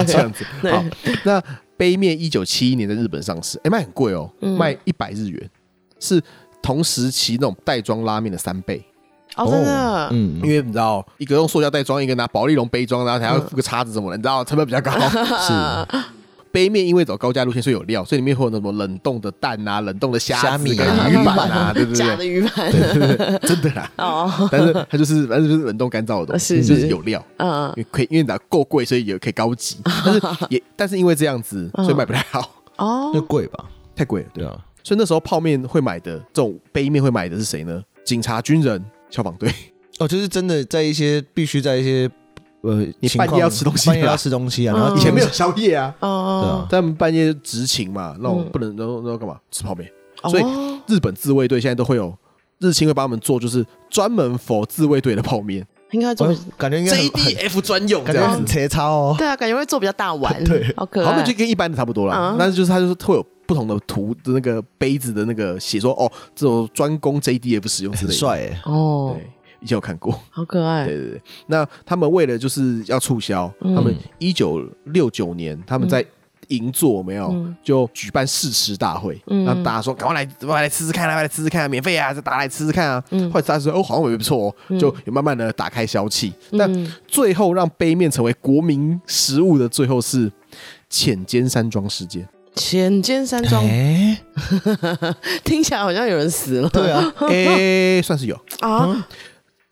B: 这样子。
C: 对
B: 好，那杯面一九七一年在日本上市，哎、卖很贵哦，卖一百日元，是同时期那种袋装拉面的三倍。
C: 哦，真的，
A: 嗯，
B: 因为你知道，一个用塑胶袋装，一个拿保利龙杯装，然后还要附个叉子什么的，你知道成本比较高。
A: 嗯是
B: 杯面因为走高价路线，所以有料，所以里面会有那种什么冷冻的蛋啊、冷冻的虾子
A: 虾米
B: 跟
A: 啊
B: 鱼板啊，对不
C: 假
B: 对？
C: 的鱼盘，
B: 真的啦，
C: 哦，
B: 但是它就是反正就是冷冻干燥的东西，
C: 是
B: 就是是有料。
C: 嗯，
B: 因为可以，因为拿够贵，所以也可以高级，但是也但是因为这样子，所以卖不太好，
A: 那
C: 哦，
A: 贵吧？
B: 太贵了。对
A: 对啊，
B: 所以那时候泡面会买的这种杯面会买的是谁呢？警察、军人、消防队。
A: 哦，就是真的在一些必须在一些呃，
B: 你
A: 情况
B: 半夜要吃东西啊
A: 半夜要吃东西啊，然后
C: 嗯
B: 以前没有宵夜啊，
A: 对
C: 哦
A: 啊，
B: 他们半夜执勤嘛，那种
C: 嗯
B: 不能，然后然后干嘛吃泡面？
C: 哦
B: 所以日本自卫队现在都会有日清会帮他们做，就是专门 for 自卫队的泡面
C: 应该做
A: 我哦感觉应该很很
B: ，JDF 专用这
A: 感觉
B: 样
A: 很
B: 子。
A: 切超哦，
C: 对啊，感觉会做比较大 碗，
A: 对
C: 好可
B: 好，那
C: 爱
B: 就。跟一般的差不多啦
C: 嗯。
B: 但是就是它就是会有不同的图的那个杯子的那个写说哦，这种专供 JDF 使用之
A: 很
B: 类的。
A: 帅哎，
C: 哦，
B: 对，以前有看过。
C: 好可爱
B: 对对对，那他们为了就是要促销，
A: 嗯
B: 他们一九六九年他们在银座有没有、
A: 嗯
B: 就举办试吃大会，让大家说赶快来，赶快来吃吃看啊，赶快来吃吃看啊，免费啊，再打来吃吃看啊。
A: 嗯
B: 后来大家说哦，好像也不错哦，就有慢慢的打开消气。那
A: 嗯
B: 最后让杯面成为国民食物的最后是浅间山庄事件。
C: 浅间山庄
A: 哎，
C: 听起来好像有人死了
A: 对嗯啊，
B: 诶、算是有。
C: 啊！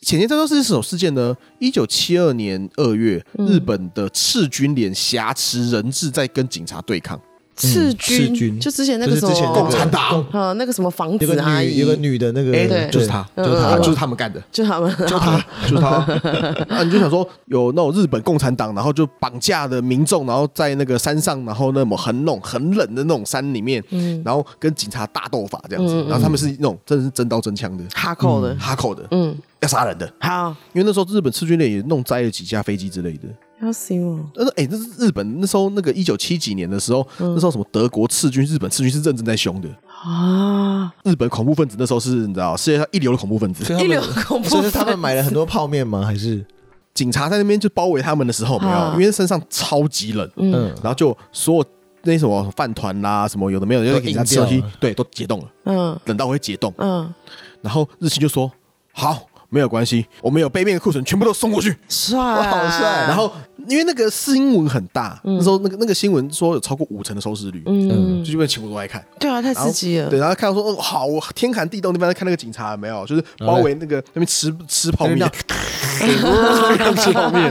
B: 浅间山庄是什么事件呢？一九七二年二月，
C: 嗯
B: 日本的赤军连挟持人质在跟警察对抗。
C: 赤
A: 赤军
C: 就之前那
A: 就
C: 个
A: 是
C: 什
A: 之前
C: 么
A: 那个
B: 党
C: 呃那个什么房
A: 有
C: 子阿
A: 个女
C: 姨，
A: 有个女的那个
B: 哎、，
C: 对
B: 就是他，
C: 嗯
B: 就是他，
C: 嗯
B: 就是他们干的，
C: 就他们
B: 就是他，就是 他。啊，你就想说有那种日本共产党，然后就绑架的民众，然后在那个山上，然后那么很冷、很冷的那种山里面，
C: 嗯
B: 然后跟警察大斗法这样子。然后他们是那种真的是真刀真枪的，
C: 哈扣的，
B: 哈口的，
C: 嗯，
B: 要杀人的。
C: 好，
B: 因为那时候日本赤军连也弄栽了几架飞机之类的。
C: 要死我，
B: 那哎、欸，那是日本那时候那个一九七几年的时候，那时候什么德国赤军、日本赤军是认真在凶的。
C: 啊！
B: 日本恐怖分子那时候是你知道世界上一流的恐怖分子，
A: 所以他
C: 一流
A: 们
C: 恐怖
A: 所以
C: 分
A: 是
C: 子，
A: 他们买了很多泡面吗？还 是
B: 警察在那边就包围他们的时候，有没有，
C: 啊
B: 因为身上超级冷，
A: 嗯
B: 然后就所有那什么饭团啦，什么有的没有，就
A: 都
B: 给
A: 给
B: 他
A: 他
B: 吃东西
A: 掉了，
B: 对，都解冻了，
C: 嗯
B: 冷到会解冻。
C: 嗯，
B: 然后日清就说好。没有关系，我们有背面的库存，全部都送过去。
C: 帅，
A: 好帅啊
B: 然后，因为那个新闻很大，那时候那个那个新闻说有超过五成的收视率，
C: 嗯
B: 就，基本全部都爱看。
C: 对啊，太
B: 然后
C: 刺激了，
B: 对，然后看到说，哦，好，我天寒地冻那边在看那个警察有没有，就是包围那个那边吃吃泡面， 吃泡面，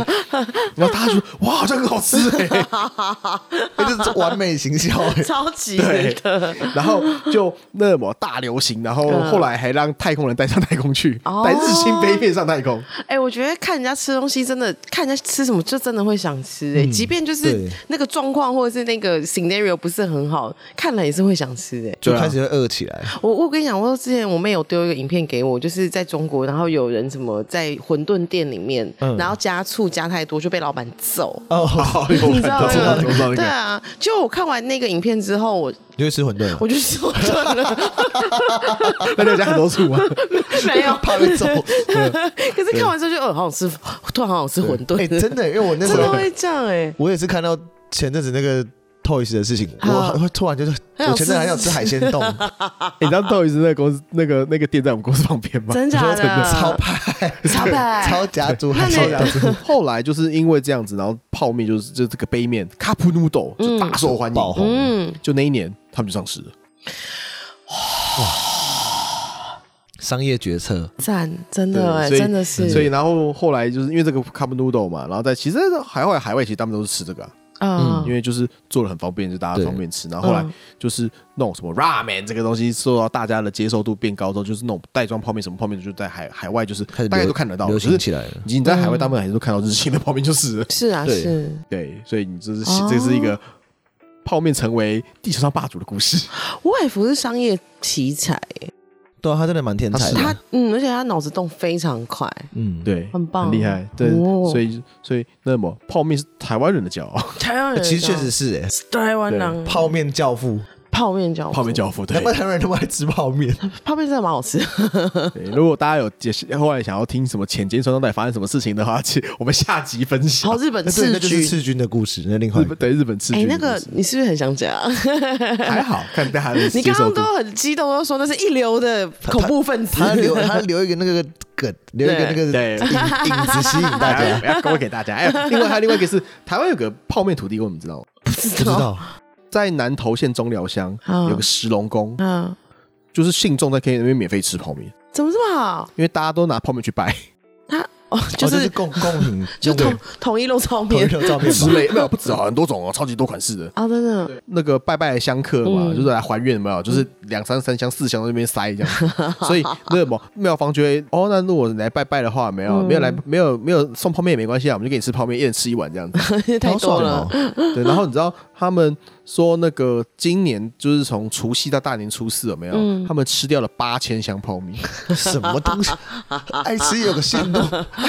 B: 然后他就哇，好像很好吃哎、
A: 哎这是完美行销 哎，
C: 超级
B: 对
C: 的，嗯哦
B: 然后就那么大流行，然后后来还让太空人带上太空去，带日清金杯面上太空，
C: 哎、我觉得看人家吃东西，真的看人家吃什么，就真的会想吃、哎、即便就是
A: 嗯对
C: 那个状况或者是那个 scenario 不是很好，看了也是会想吃、哎，
A: 就
B: 对啊
A: 开始会饿起 来。
C: 我我跟你讲，我之前我妹有丢一个影片给我，就是在中国，然后有人什么在馄饨店里面，
A: 嗯
C: 然后加醋加太多就被老板揍，
A: 哦，
B: 你
C: 你知道
B: 知道
C: 吗
B: 那个？
C: 对啊，就我看完那个影片之后，我
A: 你会吃馄饨啊吗？
C: 我就说
B: 那就加很多醋 啊，
C: 没有，
A: 怕被揍。嗯
C: 可是看完之后就哦，好想吃，突然好想吃馄饨，
A: 哎，真的，因为我那时
C: 真的
A: 候
C: 会这样哎、
A: 我也是看到前阵子那个 Toys 的事情，
C: 啊
A: 我我突然就是
C: 很想
A: 我前阵子
C: 吃
A: 还想吃海鲜冻，
B: 你知道 Toys 那个公司那个那个店在我们公司旁边吗？
C: 真假的
A: 超派，
C: 超 派
A: 超夹煮海
C: 那
A: 鲜
C: 你
A: 冻。
B: 啊后来就是因为这样子，然后泡面就是就是这个杯面 Cup Noodle 就大受欢
A: 嗯
B: 迎，
A: 爆红
B: 嗯，就那一年他们就上市了。
A: 商业决策，
C: 赞，真的哎、
B: 所以
C: 真的是，
B: 所以然后后来就是因为这个 Cup Noodle 嘛，然后在其实海外海外其实他们都是吃这个啊、
A: 嗯
C: 啊、
B: 因为就是做的很方便，就大家
A: 对
B: 方便吃。然后后来
C: 嗯
B: 就是那种什么 ramen 这个东西受到大家的接受度变高之后，就是那种袋装泡面什么泡面，就在海海外就是
A: 开始
B: 大家
A: 流
B: 都看得到，
A: 流
B: 就
A: 行
B: 是
A: 起来了。
B: 你在海外大部分还是都看到日清的泡面就是了。
C: 是啊，
A: 对
C: 是。
B: 对，所以你这是
C: 哦
B: 这是一个泡面成为地球上霸主的故事。
C: 外服是商业奇才，
A: 对啊，他真的蛮天才
B: 对
C: 他
A: 的。
C: 嗯，而且他脑子动非常快，
A: 嗯，
B: 对，
C: 很棒
B: 很厉害。对，
C: 哦
B: 所以所以那么泡面是台湾人的骄傲，
C: 台湾人
A: 其实确实是哎，
C: 是台湾人
A: 泡面教父，
C: 泡面饺子，
B: 泡面教父。对
A: 难，怪台湾人那么爱吃泡面。
C: 泡面真的蛮好吃，
B: 对如果大家有解释后来想要听什么浅间酸中带发生什么事情的话，去我们下集分享
C: 好。日本
A: 那对，
C: 赤
A: 那就是
C: 居。
A: 赤军的故事，那另外
B: 日
A: 一个
B: 本对日本吃
C: 哎、
B: 菌的
C: 那
B: 故事，
C: 个你是不是很想讲？啊
B: 还好看大家的 接
C: 你刚
B: 受
C: 刚
B: 度。
C: 都很激动，都说那是一流的恐怖分子。
A: 他 留他留一个那个梗，留一个那个
B: 对
A: 影影子吸引大
B: 哎
A: 家。
B: 不要勾给大家。哎，另外还有另外一个是台湾有个泡面土地公，你们知道吗？
C: 不知
A: 不知
C: 道，
A: 道，
B: 在南投县中寮乡
C: 嗯
B: 有个石龙宫，
C: 嗯，
B: 就是信众在可以那边免费吃泡面，
C: 怎么这么好？
B: 因为大家都拿泡面去拜
C: 他哦，就
A: 哦
C: 是、
A: 共共鸣，
C: 就
A: 同
C: 统统一肉糙
A: 同一
C: 面
A: 张照片
B: 之
A: 吧。
B: 类，没有不止哦，很多种哦，超级多款式的。
C: 啊，真的
B: 那个拜拜的香客嘛，
C: 嗯
B: 就是来还愿，有没有？就是两三三箱、四箱在那边塞这样，所以那什么庙方就会哦，那如果你来拜拜的话，没有、没有来没有没有送泡面也没关系啊，我们就给你吃泡面，一人吃一碗这样子。
C: 太多了
A: 好。爽哦
B: 对，然后你知道他们说那个今年就是从除夕到大年初四有没有？他们吃掉了八千箱泡面，
A: 什么 东西？爱吃也有个限度，
C: 哎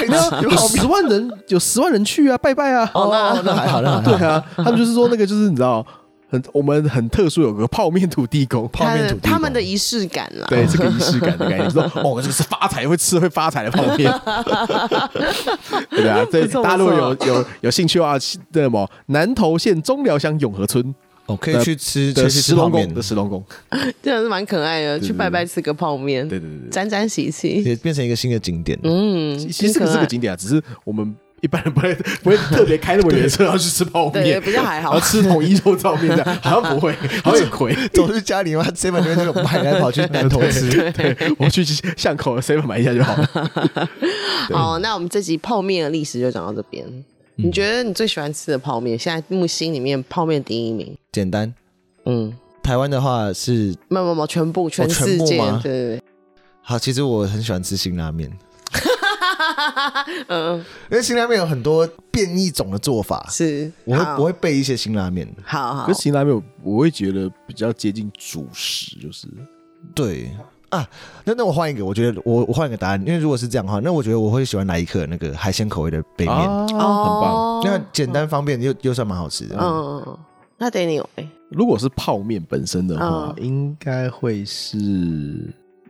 A: 爱吃
B: 没 有
A: 有
B: 有
A: 好
B: 十万人，有十万人去啊，拜拜啊！
A: 哦，那还好，那还
B: 对
A: 好。
B: 啊，他们就是说那个就是你知道很我们很特殊有个泡面土地公，泡
C: 他
A: 面
C: 的
A: 土地
C: 他们
A: 公
C: 的仪式感啦，
B: 对，这个仪式感的概念，说 哦，这个是发财会吃会发财的泡面， 对啊，这
C: 不错
B: 大家如果有
C: 不
B: 有有兴趣的话，去那么南投县中寮乡永和村
A: 哦，可以去吃
B: 的
A: 去
B: 石
A: 吃
B: 龙
A: 泡
B: 宫
A: 面
B: 的，石龙宫，
C: 真的是蛮可爱的。去拜拜吃个泡面，
B: 对对对
C: 沾沾喜气。
A: 也变成一个新的景点。
C: 嗯，
B: 对，其实这
C: 很
B: 个
C: 可
B: 是个
C: 爱
B: 景点啊，只是我们一般人不会不会特别开那么远的车然后去吃泡
C: 对
B: 面，
C: 比较还好
B: 然后吃统一肉燥面的，好像不会，好像很亏。
A: 总是家里嘛，seven 里面那个买来跑 去南头吃，
B: 对，我去巷口的 seven 买一下就好了。
C: 好，那我们这集泡面的历史就讲到这边。
A: 嗯
C: 你觉得你最喜欢吃的泡面？现在木星里面泡面第一名，
A: 简单。
C: 嗯，
A: 台湾的话是，
C: 没有没有没有，全部全世
A: 哦全
C: 界，
A: 部吗
C: 对对对，
A: 好，其实我很喜欢吃辛拉面，
C: 嗯，
A: 因为辛拉面有很多变异种的做法，
C: 是，
A: 我会
C: 好
A: 我会备一些辛拉面。
C: 好 好
B: 可是，辛拉面，我会觉得比较接近主食，就是
A: 对啊，那那我换一个，我觉得我我换一个答案，因为如果是这样的话，那我觉得我会喜欢来一克那个海鲜口味的杯面，
B: 啊，很棒。
A: 那简单方便又又算蛮好吃的。
C: 哦
A: 哦
C: 嗯嗯，嗯那得你有哎，
B: 如果是泡面本身的话，
C: 嗯
B: 应该会是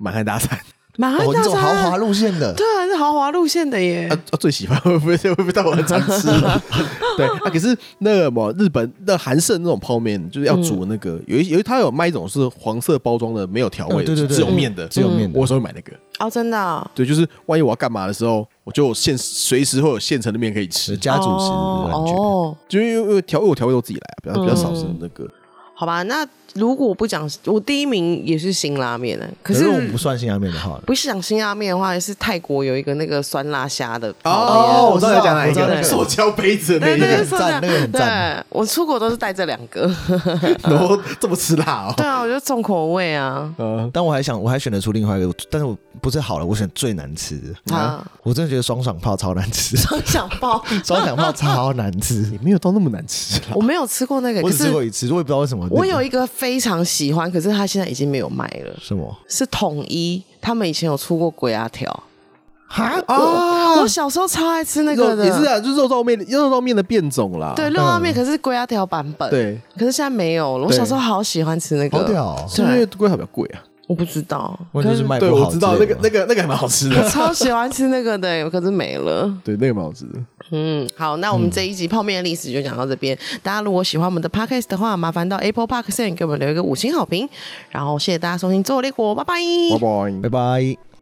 B: 满汉大餐。
C: 马
A: 哦，
C: 上
A: 你
C: 啊大
A: 走豪
C: 餐
A: 华，路线的，
C: 对啊，是豪华路线的耶
B: 啊，，啊最喜欢 会不会会不会到我很常吃？ 对啊，可是那个么日本那韩式的那种泡面，就是要煮那个、有一有一它有卖一种是黄色包装的，没有调味的，
A: 嗯嗯对对对
B: 只有面的，
A: 只有面的
B: 嗯我有时候会买那个。
A: 呃
C: 哦，真的哦，
B: 对，就是万一我要干嘛的时候，我就有现随时会有现成的面可以吃，
A: 家主食的感觉。
C: 哦，
B: 就因为因为调味我调味都自己来，啊比较比较少
A: 嗯
B: 是那个。
C: 好吧，那如果不讲，我第一名也是辛拉面的，可
A: 可
C: 是
A: 是我们不算辛拉面的话，
C: 不是讲辛拉面的话，是泰国有一个那个酸辣虾的
A: 哦
C: 泡面
A: 我知道你在讲哪一个
C: 我知道
B: 塑胶杯子的那
C: 对
B: 一个，
C: 对对，
A: 很赞
C: 对
A: 那个很赞
C: 对，我出国都是带这两 个。
B: 然后这么吃辣哦
C: 对。啊，我就重口味啊。
B: 嗯，
A: 但我还想，我还选得出另外一个，但是我不是好了，我选最难吃的。
C: 啊
A: 我真的觉得双响炮超难吃，
C: 双响 炮，
A: 双响炮超难吃
B: 也，没有到那么难吃啦。
C: 我没有吃过那个，
A: 我
C: 可
A: 只吃
C: 是
A: 过一次，我也不知道为什么那个。
C: 我有一个非常喜欢，可是它现在已经没有卖了，
A: 什么
C: 是统一，他们以前有出过鬼压条。
A: 哈啊
C: 哦，我小时候超爱吃那个
B: 肉
C: 的，
B: 也是啊，就是肉燥面，肉燥面的变种啦。
C: 对，六道
A: 嗯
C: 面可是龟鸭条版本，，
B: 对，
C: 可是现在没有了。我
B: 对
C: 小时候好喜欢吃那个，
A: 好屌哦！
B: 是不是因为龟好比较贵啊？
C: 我不知道，
A: 问题是卖
B: 对，
A: 不好
B: 我
A: 之
B: 知
A: 类的吗。
B: 道那个那个那个还蛮好吃
C: 我
B: 的，
C: 超喜欢吃那个的，可是没了。
B: 对，那个蛮好吃的。
C: 嗯，好，那我们这一集泡面的历史就讲到这边。大家如果喜欢我们的 podcast 的话，麻烦到 Apple Park 上给我们留一个五星好评。然后谢谢大家收听《周游列国》，拜拜。
B: 拜
A: 拜
B: 拜。
A: 拜。